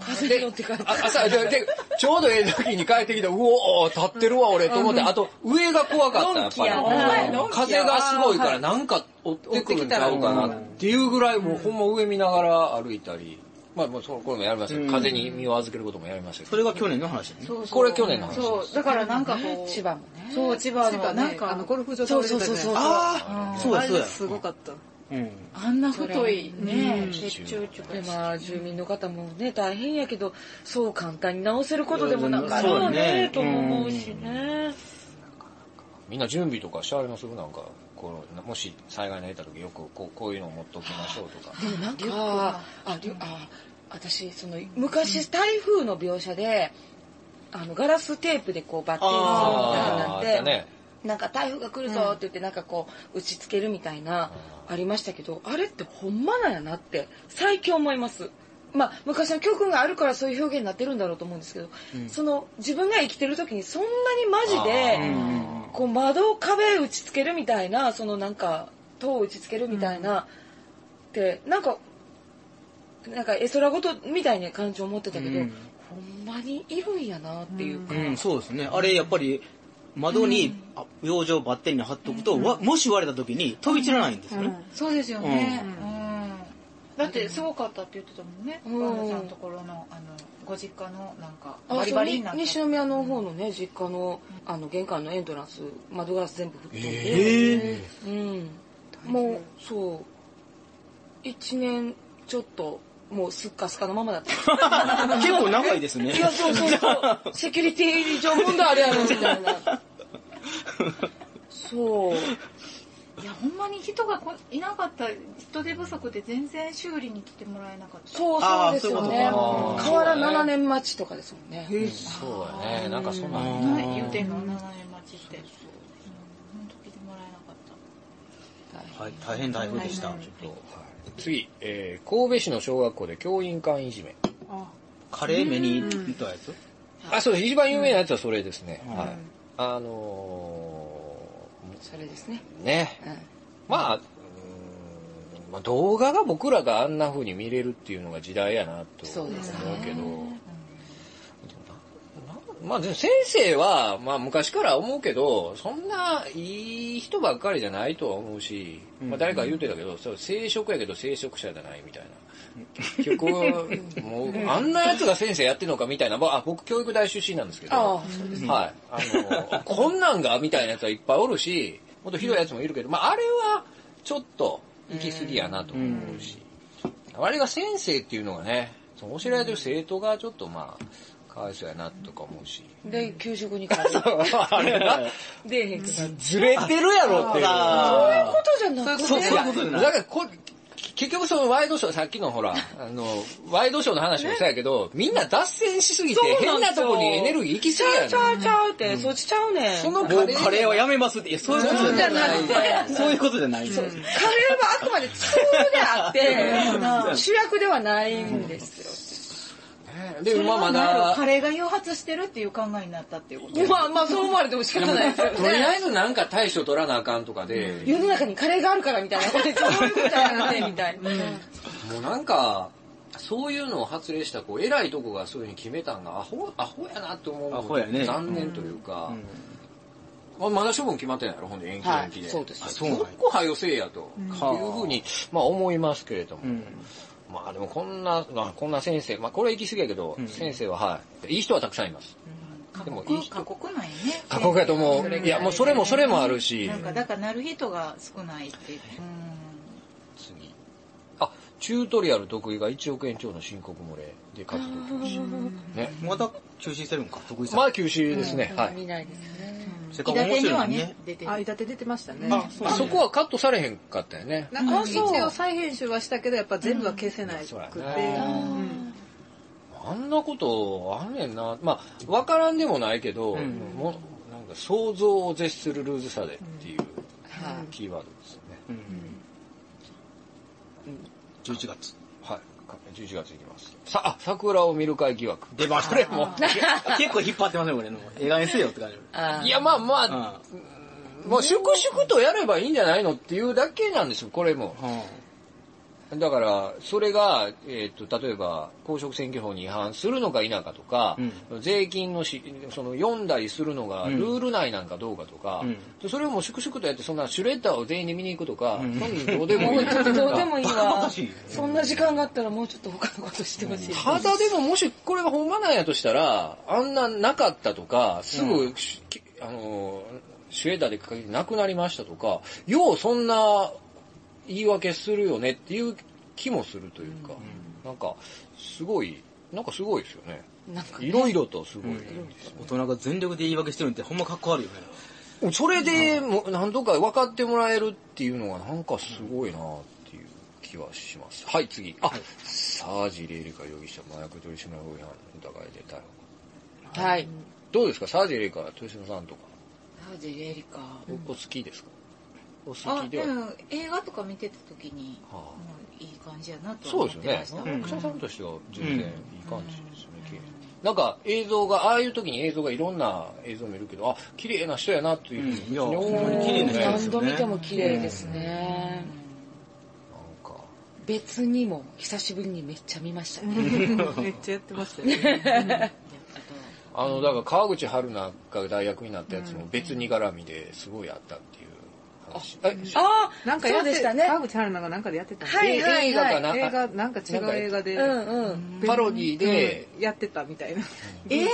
風に乗って帰って。あ朝で、で、ちょうどええ時に帰ってきて、うおー、立ってるわ、俺、と思って、あと、上が怖かった、のやっぱりんきやなうのんんきやわ風がすごいから、なんか追ってくるんちゃうかなっていうぐらい、もうほんま上見ながら歩いたり、まあ、もうその頃もやりましたけど、風に身を預けることもやりましたけそど。れが去年の話だね。そうそうこれ去年の話ですそう、だからなんかこう、千葉もね。そう、千葉の、ななんんか、あかの、、ゴルフ場そ倒うれてたそよねうそうそう。ああ、そうあや、そうれや。すごかった。うん。あんな太いね、鉄柱っていでうか、まあ、住民の方もね、大変やけど、そう簡単に直せることでもなかそうろだうねね、とも思うしね。みんな準備とかしてありますなんか、この、もし災害に得た時、よくこうこういうのを持っておきましょうとか。でもなんか、あ、りゅあ私、その、昔、台風の描写で、あの、ガラステープでこう、バッテンするみたいになっあー、あったて、ね。なんか台風が来るぞって言ってなんかこう打ちつけるみたいなありましたけどあれってほんまなんやなって最近思います。まあ昔の教訓があるからそういう表現になってるんだろうと思うんですけど、その自分が生きてる時にそんなにマジでこう窓壁打ちつけるみたいなそのなんか塔打ちつけるみたいな、ってなんかなんか絵空事みたいな感じを持ってたけど、うんほんまにいるんやなっていうか。うん、そうですね。あれ、やっぱり、窓に、あ養生バッテンに貼っとくと、わもし割れた時に飛び散らないんですよね。そうですよね。うん。だって、すごかったって言ってたもんね。うんバンダさんのところの、あの、ご実家の、なんか、あバリそうバリにになっ西た。宮の方のね実家のあの玄関のエントランス窓ガラス全部吹っ飛んで、えうん、もうそう1年ちょっともうすっかすかのままだった。ー、結構長いですねい。や、そうそうそう。セキュリティ上問題あるやろ、みたいな。そう。いや、ほんまに人がこいなかった、人手不足で全然修理に来てもらえなかった。そうそうですよね。あーそういうことか河原7年待ちとかですもんね。そうだね。なんかそんなうんの。ない言うてんの、7年待ちって。うん、ほんと来てもらえなかっ た。はい、大変台風でした。次、えー神戸市の小学校で教員間いじめ。カレー目に見たやつあ、そうです。一番有名なやつはそれですね。はい。あのそれですね。ー、ね。うんまあ、うーんまあ、動画が僕らがあんな風に見れるっていうのが時代やなとそ思ううですねけど、でもまあでも先生は、まあ昔から思うけど、そんないい人ばっかりじゃないとは思うし、まあ誰かが言うてたけど、そう聖職やけど聖職者じゃないみたいな。結局、もう、あんな奴が先生やってるのかみたいな、まああ僕教育大出身なんですけど、はい。あの、こんなんがみたいな奴はいっぱいおるし、もっとひどい奴もいるけど、まああれはちょっと行き過ぎやなと思うし、あれが先生っていうのがね、その教えられてる生徒がちょっとまあ、かわいそうやなとか思 うし。で、給食に変わる。あれな、出えへんくなる。ずれてるやろっていう。ことじゃなくそうそういうことになるだからこ結局そのワイドショー、さっきの ほら、あの、ワイドショーの話もしたやけど、みんな脱線しすぎてそうな変んでなすよとこにエネルギー行きち過ゃぎやうねちゃうちゃうって、そっちちゃうねん。そのもカうレーカレーはやめますって、いや、そういうことじゃない。そういうことじゃない。そうカレーはあくまでツールであって、主役ではないんですねで、まあまだ、カレーが誘発してるっていう考えになったっていうことよ。まあまあ、そう思われても仕方ないですよとりね。あえずなんか対処取らなあかんとかで、世の中にカレーがあるからみたいな、これどういうことやからね、みたいな。もうなんか、そういうのを発令した、こう、偉いとこがそういうふうに決めたんが、アホ、アホやなって思うのがアホやね残念というか、まあまだ処分決まってないやろ、ほんで延期はい延期で。そうですあそうなんやもっこはよせえやと、いうふうに、まあ思いますけれども。うん。まあでもこんな、まあこんな先生、まあこれは行き過ぎやけど、うん先生ははい。いい人はたくさんいます。過でもいい酷人過酷なんやね過酷やと思それぐらう。いや、もうそれもそれもあるしなん、かだからなる人が少ないっていう次。あ、チュートリアル得意が1億円超の申告漏れで獲得し。ね。また中止してるんか、得意さん。まあ休止ですね。は見い。ないですよね。せっか伊く面達に白はいもんねね。出てるあ、いたて出てましたね。あ、そうあそこはカットされへんかったよね。なんか一応再編集はしたけど、やっぱ全部は消せなくて。うんそううやねあんなことあんねんな。まあ、わからんでもないけど、うんもうなんか想像を絶するルーズさでっていうキーワードですよね。うん。11月。はい。11月いきます。さあ、桜を見る会疑惑。出ました。 これも。結構引っ張ってますね、これの。 映画にせよって感じ。あいや、まあまあ、もう粛々とやればいいんじゃないのっていうだけなんですよ、これも。うん。だから、それが、えっ、と、例えば、公職選挙法に違反するのか否かとか、税金のし、その、読んだりするのが、うルんール内なんかどうかとか、でそれをもう粛々とやって、そんなシュレッダーを全員で見に行くとか、んそんなんどうでもいい。ちょっと どうでもいいわかしいよ。そんな時間があったらもうちょっと他のことしてほしい。ただでももしこれがほんまなんやとしたら、あんななかったとか、すぐ、しきあのー、シュエーダーでかけてなくなりましたとか、ようそんな言い訳するよねっていう気もするというか、なんか、すごい、なんかすごいですよね。なんかいろいろとすごいです大人が全力で言い訳してるのってほんまかっこ悪いよね。それでもう何度か分かってもらえるっていうのがなんかすごいなっていう気はします。はい、次。あ、サージ・レイリカ容疑者、麻薬取締法違反の疑いで逮捕。はい。どうですかサージ・レイカ、豊島さんとか。なぜレリカ。お好きですかお好あきででは、も映画とか見てた時にはあもういい感じやなとはそう思でっすてよまねうした。ん役者さんとしては全然いい感じですね、綺麗なんか映像が、ああいう時に映像がいろんな映像を見るけど、あ、綺麗な人やなっていうふううんいにや思う本当に綺麗な人です何よ度ね見ても綺麗ですね。なんか、別にも、久しぶりにめっちゃ見ましたね。ん。めっちゃやってましたよね。あの、だから川口春奈が大学になったやつも別に絡みですごいあったっていう話。えああ なんかやっそうでてしたね。川口春奈がなんかでやってたんではいはいはい映画かな映画、なんか違う映画で。うんうん。パロディで、うんやってたみたいな。ええ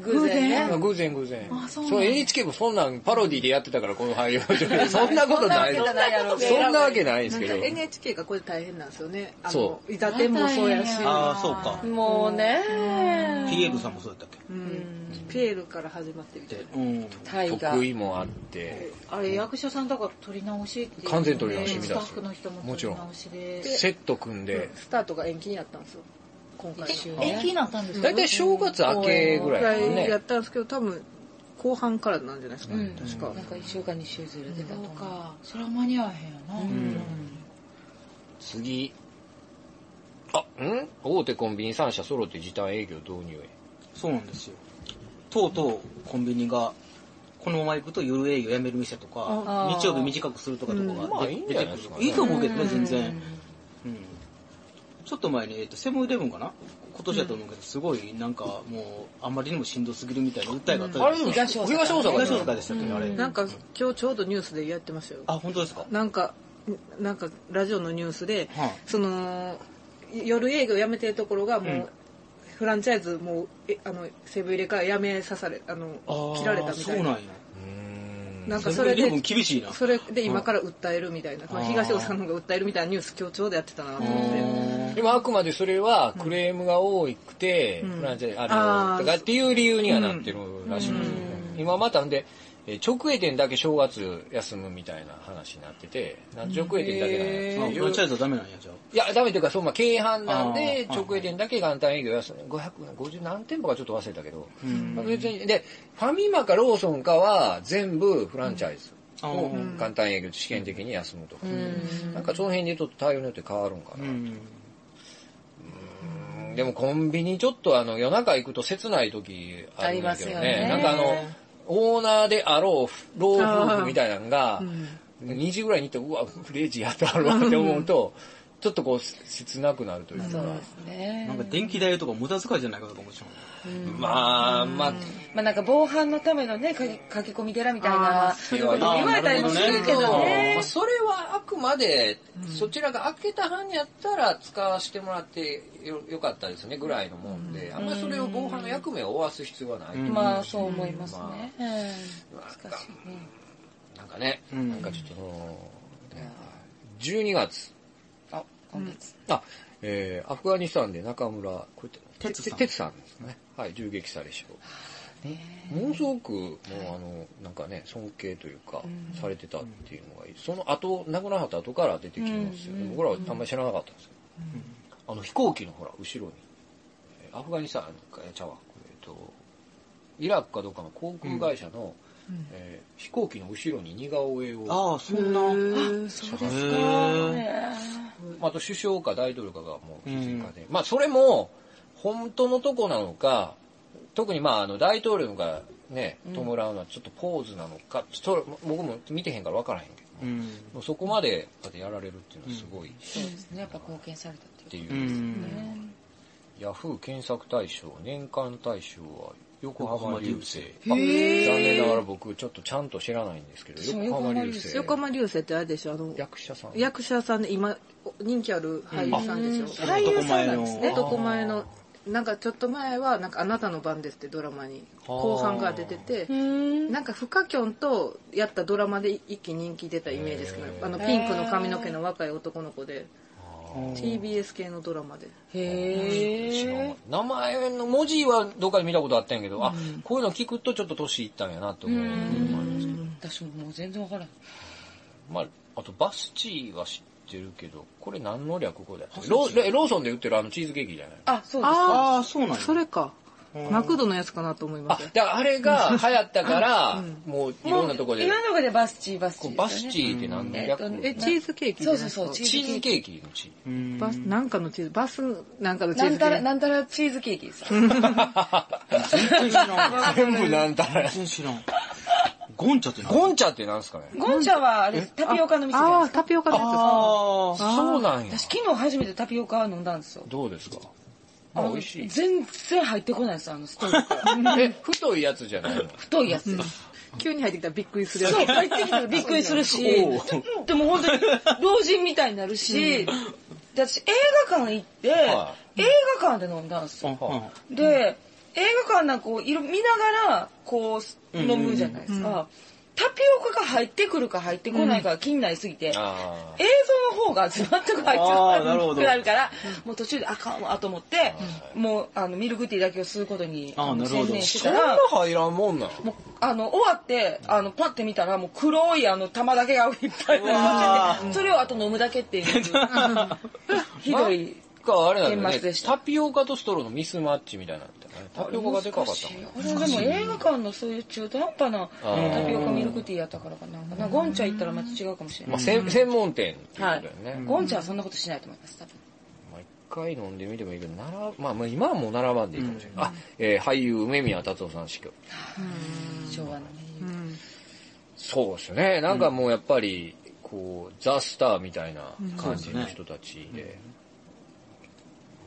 偶然ね。まあ偶然偶然。そうの NHK もそんなんパロディでやってたから、この俳優は そんなことないです。そんなわけないですけど。 NHK がこれ大変なんですよね。あその、伊達もそうやし。ああ、そうか。もうね、ピエールさんもそうだったっうんピエールから始まってみたけいでな。、うん。タイが得。意もあって、あれ役者さんだから撮り直しっていう完全撮り直しみたいでスすよタッフの人も撮り直しでセット組んで、スタートが延期になったんですよ。今回の。延期になったんですかだいたい正月明けぐぐららいですいやねっ。たんですけど、多分、後半からなんじゃないですかね。確か。なんか一週間二週ずれてたとそうか。かそれは間に合わへんよな、次。あ、ん大手コンビニ3社揃って時短営業導入へ。そうなんですよ。とうとうコンビニが、このまま行くと夜営業やめる店とか、日曜日短くするとかとかまがあでいいん出じゃてないくですかる。ねいいと思うけどね、全然。ちょっと前に、えっと、セブンイレブンかな今年だと思うけど、すごい、なんか、もう、あんまりにもしんどすぎるみたいな訴えがあったじゃなあれいでもですか東大阪東大だ阪でしたっけね、あれ。なんか今日ちょうどニュースでやってましたよ。あ、本当ですかなんか、なんかラジオのニュースで、はいその、夜営業やめてるところがもう、うんフランチャイズもう、えあの、セブン入れからやめさされ、あの、あー切られたみたいそうなな。んなや。んかそれセブンイレブンで、厳しいな。それで今から訴えるみたいな、その東尾さんのが訴えるみたいなニュース今日ちょうどやってたなと思って。でもあくまでそれはクレームが多くて、うんフランチャイズああの、ーとかっていう理由にはなってるらしいですよね。今またんで、えー直営店だけ正月休むみたいな話になってて、なんで直営店だけなんやってあいフうランチャイズはダメなんや、じゃあ。いや、ダメというか、そう、まあ、軽犯なんで、あー直営店だけ元旦営業休む。550何店舗かちょっと忘れたけど。んまあ別に、で、ファミマかローソンかは全部フランチャイズあをー元旦営業、試験的に休むとか。なんかその辺でちょっと対応によって変わるんかうな。ん。でもコンビニちょっとあの夜中行くと切ない時あるんだけありますどね。よねなんかあの、オーナーであろう老夫婦みたいなのが、2時ぐらいに行って、うわ、0時やってあるわって思うと、ちょっとこう切なくなるというか。そうですねなんか電気代とか無駄遣いじゃないかとかもちろん。まあ、ままあ、あなんか防犯のためのね、かけ駆け込み寺みたいな、それはあー言われたりもするなるけほどどねねまあ。それはあくまで、そちらが開けた班やったら使わせてもらってよよかったですねぐらいのもんで、あんまりそれを防犯の役目を負わす必要はないと思うし。まあそう思いますね。うん難しいね。なんかね、うんなんかちょっとその、ね12月、あ、今月。あ、えー、アフガニスタンで中村、これて、哲さんてさんですね。はい、銃撃され死亡。ものすごく、もうあの、なんかね、尊敬というか、されてたっていうのがいい。その後、亡くなった後から出てきますよね。僕らはあんまり知らなかったんですよ。あの、飛行機のほら、後ろに、えーアフガニスタンか、えーちゃうわえっ、と、イラクかどうかの航空会社の、えー飛行機の後ろに似顔絵を、ああ、そんな。そうですか。あと首相か大統領かがもう静かで、まあそれも本当のとこなのか、特にまああの大統領がね、弔うのはちょっとポーズなのか、ちょっと僕も見てへんから分からへんけど、うん。もうそこまでこうやってやられるっていうのはすごいっそうですね。やっぱ貢献されたっていう。ていうう、ん。ヤフー検索大賞、年間大賞は横浜流星。あ残念ながら僕ちょっとちゃんと知らないんですけど、横浜流星。横浜流星ってあれでしょ、あの、役者さん。役者さんで今、人気ある俳優さんでしょ。俳優さんなんですね男前の、なんかちょっと前は、なんかあなたの番ですってドラマに、後半が出てて、なんかフカキョンとやったドラマで一気に人気出たイメージですけど、あのピンクの髪の毛の若い男の子で、TBS 系のドラマで。知らんわ名前の文字はどっかで見たことあったんやけど、あ、こういうの聞くとちょっと年いったんやなと思うのもありますけど。私ももう全然わからない。まあ、あとバスチーは知ってるけど、これ何の略語だったっけローローソンで売ってるあのチーズケーキじゃないあ、そうです。あああ、そうなんや。それか。マクドのやつかなと思いまあす、だからあれが流行ったから、もういろんなところでい、ろんなとこでバスチー、バスチーこでうすよね。バスチーって何の略うん語ええ、チーズケーキじゃそなういそうそう、チチーズーズケーケーキのチーズ。うん。バス、なんかのチーズ、バスなんかのチキ。なーズんケたら、ーキ。なんたらチーズケーキです。全然知らん。全部なんだ 全然知らん。ゴンチャってなゴンチャってなんですかねゴンちゃんはあれ、タピオカの店じゃないあであ、すか。タピオカのやつですか。ああ。そうなんや私。昨日初めてタピオカ飲んだんですよ。どうですかあ、美味しい。全然入ってこないです、あのストーブ から。え、太いやつじゃ ないの太いやつです。急に入ってきたらびっくりするやつそう、。入ってきてびっくりするし、でも本当に老人みたいになるし、で私映画館行って、は映画館で飲んだんですよ。あで、映画館なんかこう、いろ見ながら、こう、飲むじゃないですか。タピオカが入ってくるか入ってこないかが気になりすぎて、あ映像の方が全く入っちあゃーなるほうどくなるから、もう途中であかんわと思って、もうあのミルクティーだけを吸うことにあーあのなるほど専念しー。てそたんなら、入らんもんなのもうあの終わって、あのパッて見たら、もう黒いあの玉だけがいっぱいになってて、それをあと飲むだけって いう、ひどい。なんかあれなんだ年よ末ねでし、たタピオカとストローのミスマッチみたいなのあったよね。タピオカがでかかったもんね。俺はでも映画館のそういう中途半端なあータピオカミルクティーやったからかな。なんかゴンチャ行ったらまた違うかもしれまなあ、い。せん専門店っていうこはとだよね。い。ゴンチャはそんなことしないと思います、多分。まあ、一回飲んでみてもいいけど、ならまあ、まあ、今はもう並ばんでいいかもしれない。あ、えー俳優、梅宮達夫さん死去。昭和のね。そうですよね。なんかもうやっぱり、こう、ザ・スターみたいな感じの人たちで、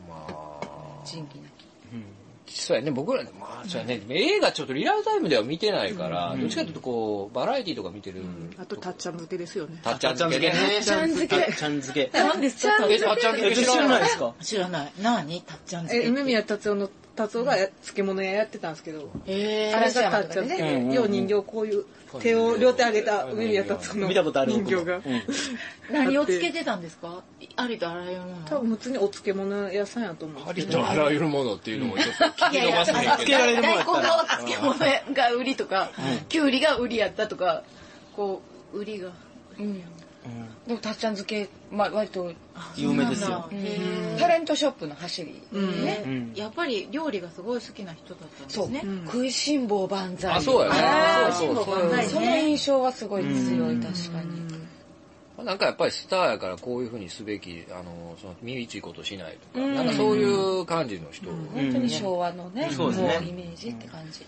まあ、仁義なき。そうやね、僕ら、まあ、そうやね、映画ちょっとリアルタイムでは見てないから、どっちかというとこう、バラエティとか見てる。あと、たっちゃん漬けですよね。たっちゃん漬けね。ちゃん漬け。ちゃん漬け。何ですかえ、たっちゃんえ漬け知知ららなないいですか知らない。なにたっちゃん漬え、けって。梅宮達夫の達夫がや漬物屋やってたんですけど、えー、あれがたっちゃんね。漬うんうんうんけ。よう人形こういう手を両手上げた梅宮達夫の見たことある人形が僕。もうん何をつけてたんですかありとあらゆるもの。多分普通にお漬物屋さんやと思うんありですけど。とあらゆるものっていうのもちょっと聞き逃すねんつけけどら。れるものやった大根がら。お漬物が売りとか、きゅうりが売りやったとか、こう、売りが。うん。うんでも、たっちゃん漬け、まあ、割と、有名ですよ。へタレントショップの走り。ーねうんやっぱり料理がすごい好きな人だったんですそうね。。食いしん坊万歳。あ、そうやね。そうそうそう。はいその印象はすごい強い、確かに。なんかやっぱりスターやからこういうふうにすべき、あの、その、身内いことしないとか、なんかそういう感じの人。本当に昭和のね、そうですねもイメージって感じ。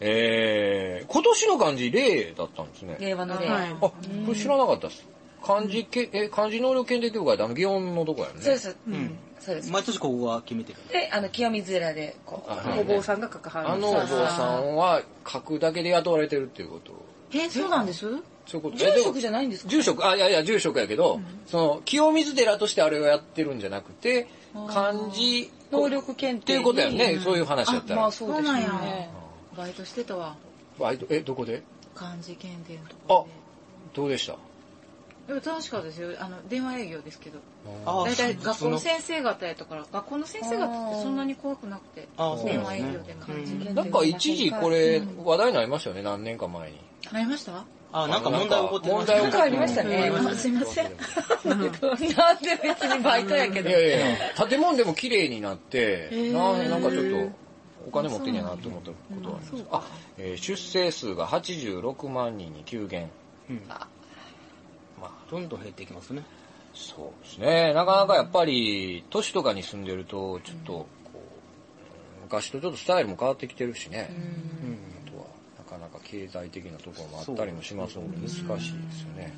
えー、今年の漢字、例だったんですね。令和の令あ、これ知らなかったっす。漢字け、え、漢字能力検定協会ってあの、祇園のとこやね。そうです。んそうです。毎年ここは決めてる。で、あの、清水寺で、こう。あお坊さんが書かはるあのお坊さんは書くだけで雇われてるっていうこと。え、そうなんですそういうこと。住職じゃないないんですか住職、あ、いやいや、住職やけど、その、清水寺としてあれをやってるんじゃなくて、漢字、能力検定に。っていうことやんね、そういう話やあっ、たまらあ。そうですそうなんよやね。バイトしてたわ。バイトえ、どこで漢字検定のとあこ、どうでしたろで。でも楽しかったですよ。あの、電話営業ですけど。あ大体そ学校のその先生方やったから、学校の先生方ってそんなに怖くなくて、あそう電なん話営です業ね。で感じうる。なんか一時これ話題になりましたよね、何年か前に。なりましたあ、なんか問題起こってまし問たね題起こなんかありましたねうんあすいませんなんで別にバイトやけいど。やいやいや、建物でも綺麗になって、ななんかちょっと、お金持ってんやなと思ったことはあります。あ、えー出生数が86万人に急減。うんまあ、どんどん減っていきますね。そうですね。なかなかやっぱり、都市とかに住んでると、ちょっと、こう、昔とちょっとスタイルも変わってきてるしね。あとは、なかなか経済的なところもあったりもしますので、難しいですよね。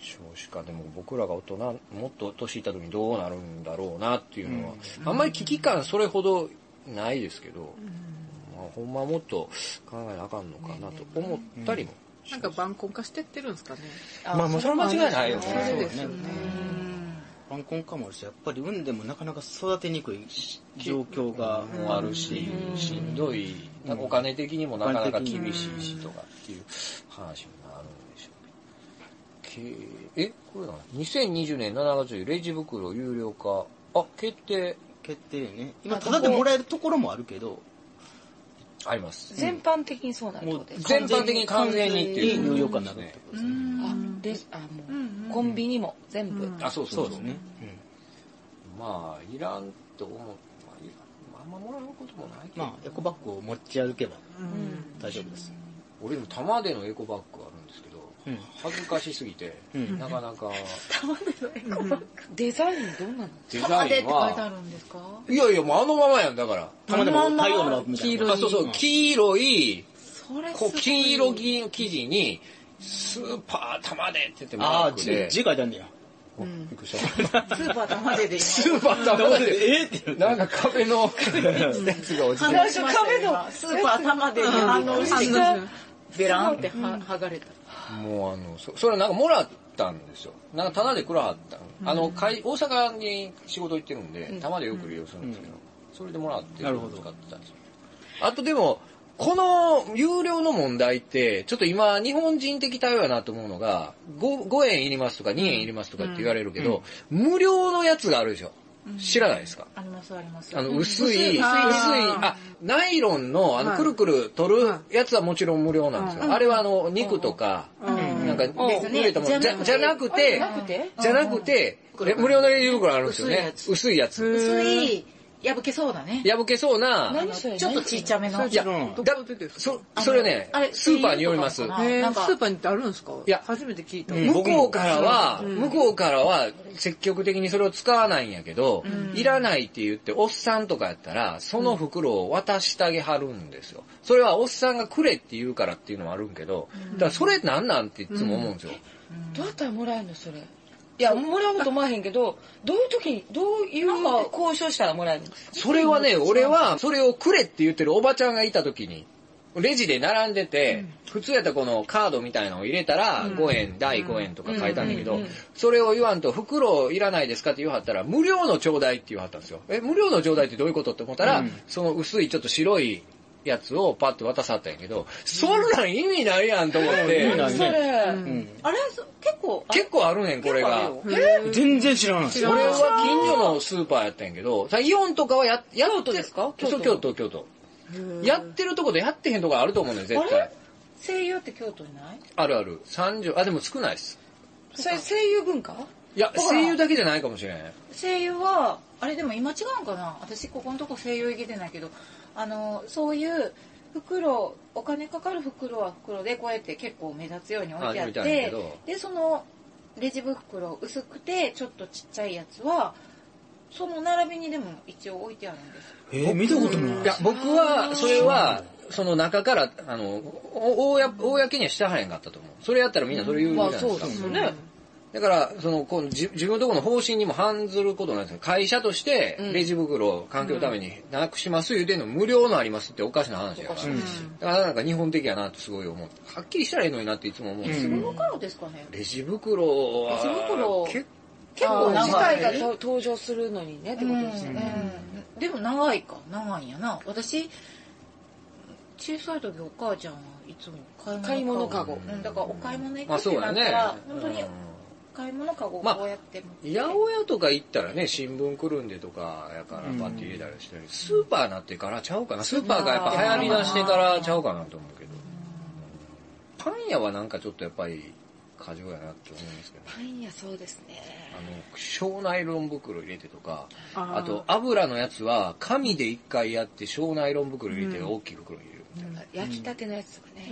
少子化でも僕らが大人、もっと年いった時にどうなるんだろうなっていうのは、あんまり危機感それほどないですけど、まあ、ほんまもっと考えなあかんのかなと思ったりもしなんまかす。晩婚化してってるんですかね。まあ、もうそれは間違いないよね。それですよね。晩婚化もあるし、やっぱり産んでもなかなか育てにくい状況がもあるし、しんどい、なんかお金的にもなかなか厳しいしとかっていう話になるんでしょうね。けえ、これだな。2020年7月よりレジ袋有料化。あ、決定決定ね。今、ただでもらえるところもあるけど、あります。全般的にそうなるってもこうとです全般的に完全にっていう完全に有料化になるってことですね。あ、で、あ、もう、コンビニも全部。あ、そうそそううでそすう。ね。まあ、いらんと思う。まあ、いらん。まあ、あんまもらうこともないけうんど。まあ、エコバッグを持ち歩けばうん大丈夫です。俺でも玉でのエコバッグあるんですけど、うん恥ずかしすぎて、うんなかなかデザインどうなのデあ、でザっインて書いてあは、るんですかいやいや、もうあのままやん、だから。玉でも太陽のバッグみたいな。あそうそう、黄色い、それすこごうい。黄色ぎ生地に、スーパー玉でって言ってマあーー、ク字で、字書いてあんねや。お びっくりしたスーパー玉でで今。スーパー玉 で、えーって言う。なんか壁 の、やつが落ちてる。最初壁のスーパー玉でに反応して、ベランっては剥がれた。もうあの、そそれなんかもらったんですよ。なんか棚でくらはったのあの、かい大阪に仕事行ってるんで、玉でよく利用するんですけど、それでもらってなるほど使ってたんですよ。あとでも、この有料の問題って、ちょっと今、日本人的対応やなと思うのが5、5円いりますとか2円いりますとかって言われるけど、無料のやつがあるでしょ。知らないですかありますあります。あの、薄い、薄い、あ、ナイロンの、あの、はいくるくる取るやつはもちろん無料なんですよ。あれはあの、肉とか、なんか、でね売れたものじゃじゃなくて、てじゃなくて、え無料のレジ袋あるんですよね。薄いやつ。薄い、破けそうだね。破けそうな、何それちょっとちっちゃめの。いや、うんどこでですかそ、それねあ、れスーパーによります。声優とかかえなんー、かスーパーに行ってあるんですかいや初めて聞いた。うん向こうからは、向こうからは積極的にそれを使わないんやけど、いらないって言って、おっさんとかやったら、その袋を渡してあげはるんですよ。それはおっさんがくれって言うからっていうのもあるんけど、だからそれなんなんっていつも思うんですよ。どうやったらもらえるのそれ。いや、もらうと思わへんけど、どういう時に、どういう交渉したらもらえるのそれはね、俺は、それをくれって言ってるおばちゃんがいた時に、レジで並んでて、普通やったらこのカードみたいなのを入れたら、5円、第5円とか書いたんだけど、それを言わんと、袋いらないですかって言わはったら、無料のちょうだいって言わはったんですよ。え、無料のちょうだいってどういうことって思ったら、その薄いちょっと白いやつをパッて渡さはったんやけど、そんなん意味ないやんと思って、それ、あれそ結構、あ結構あるねん、これが。全然知らない。これは近所のスーパーやったんやけど、さイオンとかはや、や京都ですか京都、京都、京都。やってるとことやってへんとこあると思うねん、絶あれ対。声優って京都にないあるある。30、あ、でも少ないです。それ声優文化いや、声優だけじゃないかもしれん。声優は、あれでも今違うんかな私ここのとこ声優行けてないけど、あの、そういう袋、お金かかる袋は袋でこうやって結構目立つように置いてあっあ置いてあるけてど、で、そのレジ袋薄くてちょっとちっちゃいやつは、その並びにでも一応置いてあるんです。えー、見たこといない。や、僕は、それは、その中から、あの、おおや公にはしてはれんかったと思う。それやったらみんなそれ言うじゃないですか。ね。だから、その、このじ自分のところの方針にも反ずることなんですよ。会社として、レジ袋を環境のためになくします言うてんの無料のありますっておかしな話やから。だからなんか日本的やなとすごい思う。はっきりしたらいいのになっていつも思うんですそよ。のからですかねレジ袋は、レジ袋結結こ構う長い自。体がと登場するのにねってことですよね。うんでも長いか長いんやな私小さい時お母ちゃんはいつも買買いい物物かかごごうん、だからお買い物行まあくってそうなやっねたら、。本当にう買い物かごをこうやって、ん八百屋とか行ったらね、新聞くるんでとかやからパッて入れたりしてるけどスーパーになってからちゃうかな。スーパーがやっぱ流行り出してからちゃうかなと思うけど。パン屋はなんかちょっとやっぱり過剰やなって思うんですけど。パン屋そうですね。あの、小ナイロン袋入れてとか、あと油のやつは紙で一回やって小ナイロン袋入れて大きい袋入れるみたいな。焼きたてのやつとかね。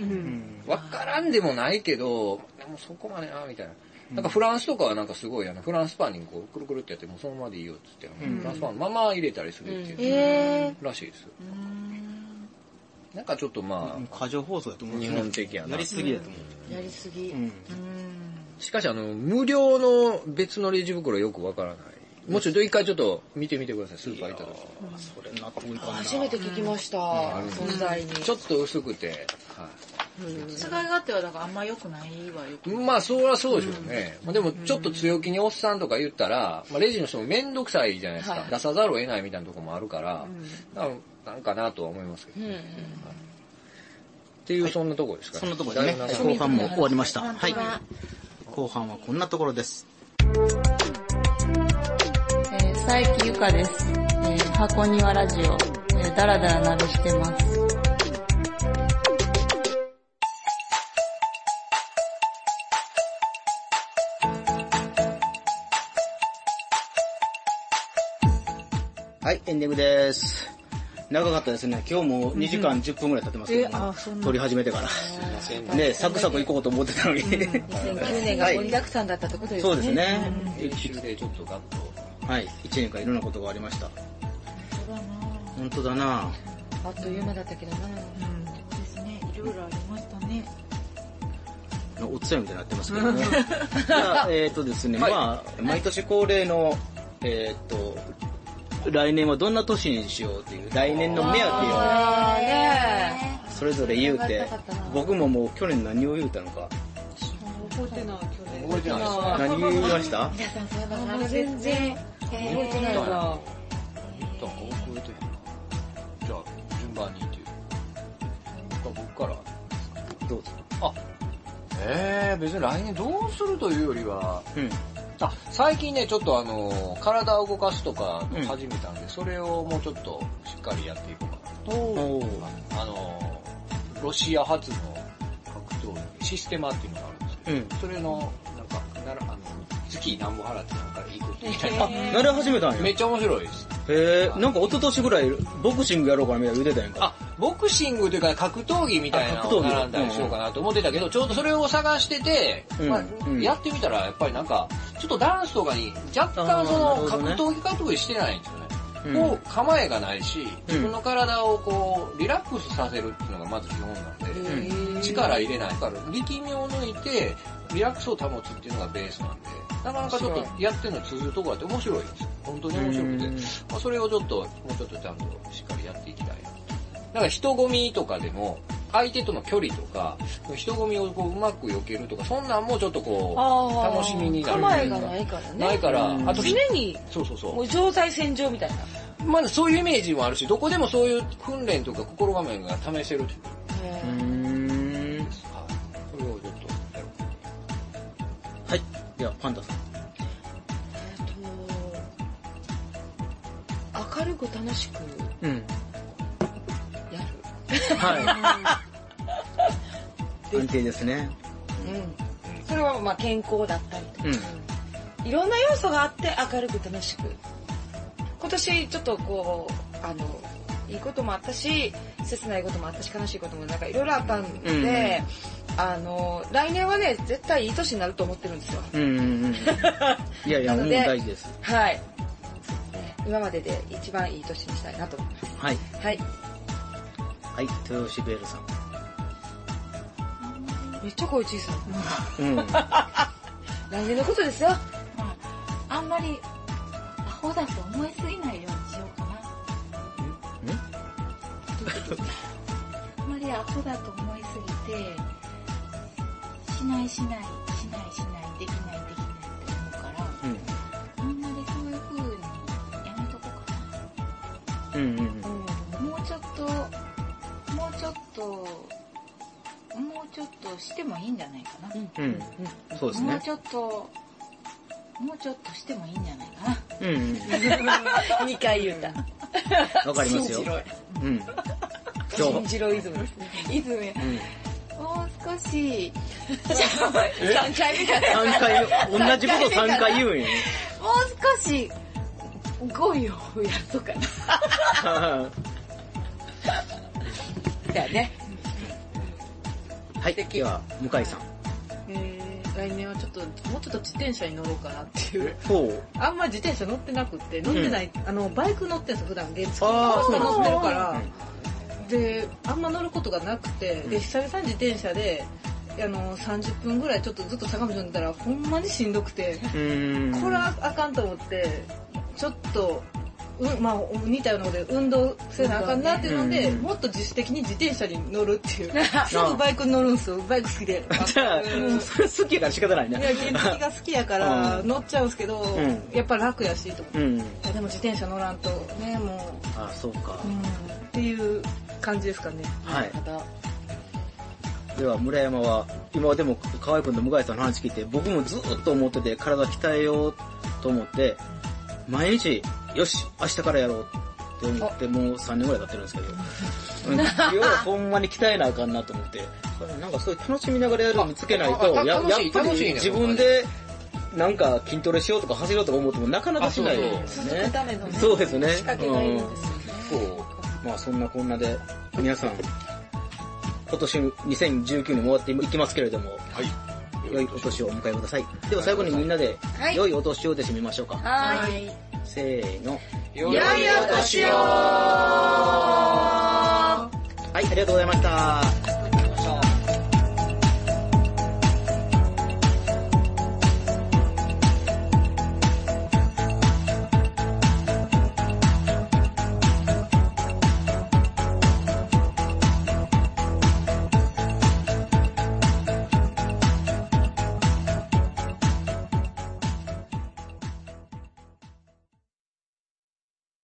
わからんでもないけど、でもそこまでな、みたいな。なんかフランスとかはなんかすごいあのフランスパンにこうくるくるってやってもうそのままでいいよって言って、フランスパンのまま入れたりするっていう、えらしいですよ。なんかちょっとまあ、過剰放送だと思う。日本的やなやりすぎだと思ー、やりすぎ、う。うん。しかしあの、無料の別のレジ袋よくわからない。もうちょっと一回ちょっと見てみてください、スーパー行った時。あそれ納得いかんな。初めて聞きました、存在に。ちょっと薄くて、は使い勝手はだからあんま良くないわよい。まあ、そりゃそうでしょうね。まあ、でも、ちょっと強気におっさんとか言ったら、まあ、レジの人もめんどくさいじゃないですか。出さざるを得ないみたいなとこもあるから、ななんかなとは思いますけどね。はいっていう、そんなとこですかそんね。なところでね、だいぶ長後い半も終わりました。はい。後半はこんなところです。えー、佐伯ゆかです。えー、箱庭ラジオ、えー、だらだらなるしてます。はい、エンディングです。長かったですね。今日も2時間10分くらい経ってますけども、撮り始めてから。ね、サクサク行こうと思ってたのに。 2009年が盛りだくさんだったって ことですね。そうですね。編集でちょっとガッと。はい、1年間いろんなことがありました。本当だなあっという間だったけどな。そうですねいろいろありましたねおつやみたいになってますけどね。 じゃあえっ、とですね、まあ、毎年恒例の、えっ、と、来年はどんな年にしようっていう、来年の目当てを。あーねそれぞれ言うて、僕ももう去年何を言うたのか。覚えてないですか何言いました皆さんそういえばな全然覚えてないわ。言ったんか覚えてないなじゃあ、順番にという。僕か僕から。どうぞ。あ、えー、別に来年どうするというよりは、うん。あ、最近ね、ちょっとあの、体を動かすとか始めたんで、それをもうちょっとしっかりやっていこうかなと。おーあの、ロシア発の格闘技、システマっていうのがあるんですけど、うんそれの、なんか、ならあの月何本払ってなんか行くみたい な。あ、慣れ始めたんや。めっへちゃ面白いです。え、なんか一昨年ぐらいボクシングやろうかなみたいな言うてたやんか。あ、ボクシングというか格闘技みたいなあのを格闘技並んだりしようかなと思ってたけど、ちょうどそれを探してて、うんまあうんやってみたらやっぱりなんか、ちょっとダンスとかに若干あーそのなるほ格どね闘技格闘技してないんですよね。うんこう構えがないし、自分の体をこうリラックスさせるっていうのがまず基本なんで、力入れないから力みを抜いてリラックスを保つっていうのがベースなんで、なかなかちょっとやってるの通ずるところあって面白いんですよ。本当に面白くうんて。まあ、それをちょっと、もうちょっとちゃんとしっかりやっていきたいな。だから人混みとかでも、相手との距離とか、人混みをこううまく避けるとか、そんなんもちょっとこあう、楽しみになるというか。構えがないからね。ないから、うんあとひ、常に、そうそうそうも。う状態戦場みたいな。まだそういうイメージもあるし、どこでもそういう訓練とか心構えが試せるというかうーんはい。それをちょっとやろう。はい。では、パンダさん。えっと明るく楽しくうん。やる。はい。 安定ですね。うん。それはまあ健康だったりとか。うん。いろんな要素があって明るく楽しく。今年ちょっとこう、あの、いいこともあったし、切ないこともあったし、悲しいこともなんかいろいろあったんで、うんあの、来年はね、絶対いい年になると思ってるんですよ。うんうんうん。いやいや、なものうで大事です。はい。今までで一番いい年にしたいなと思います。はい。はい。はい、豊吉ベールさん。めっちゃ声小さい。うん。来年のことですよ。まあ、あんまり、アホだと思いすぎないようにしようかな。あんまりアホだと思いすぎて、しないしない、しないしない、できないできないって思うから、あんまりそういう風にやめとこうかな。うんうんうん。もうちょっと、もうちょっと、もうちょっとしてもいいんじゃないかな。うん。そうですもうね。ちょっと、もうちょっとしてもいいんじゃないかな。うんうん。 2回言うた。わかりますよ。うん。今信日。じろイズムですね。いずめ、うん。もう少し、 3回目だね三回、同じこと三回言 うんよ。もう少し、語彙を増やそうかな。だよね。はい、では、向井さん。えー来年はちょっと、もうちょっと自転車に乗ろうかなっていう。ほう。あんま自転車乗ってなくって、乗ってない、あの、バイク乗ってんすよ、普段、原付き。あーそうなんです乗ねってるから。で、あんま乗ることがなくて、うで、ん久々に自転車で、あの、30分ぐらいちょっとずっと坂道乗ってたら、ほんまにしんどくて、うーん。これはあかんと思って、ちょっと、うん、まあ、似たようなことで運動せなあかんなっていうので、うんもっと自主的に自転車に乗るっ ていう。すあぐバイクに乗るんすよ。バイク好きで。 じゃあう、んそれ好きやから仕方ないいねや、。原付が好きやからう乗っちゃうんすけど、んやっぱ楽やしと思って。うん。いやでも自転車乗らんとね、もあ、そうかう、う。ん、っていう感じですかね。はい。たでは村山は今でも河合君と向井さんの話聞いて僕もずっと思ってて体鍛えようと思って毎日よし明日からやろうって思ってもう3年ぐらい経ってるんですけどうん要はほんまに鍛えなあかんなと思ってなんかそういう楽しみながらやるの見つけないとああややっ楽しいぱ楽しいりね自分でなんか筋トレしようとか走ろうとか思ってもなかなかしないあですね。そうですね。仕掛けがいるんですこまあそんなこんなで、皆さん、今年2019年も終わっていきますけれども、う、良いお年をお迎えください。では最後にみんなで、良いお年をで締めましょうか。はい。せーの。良いお年をはい、ありがとうございました。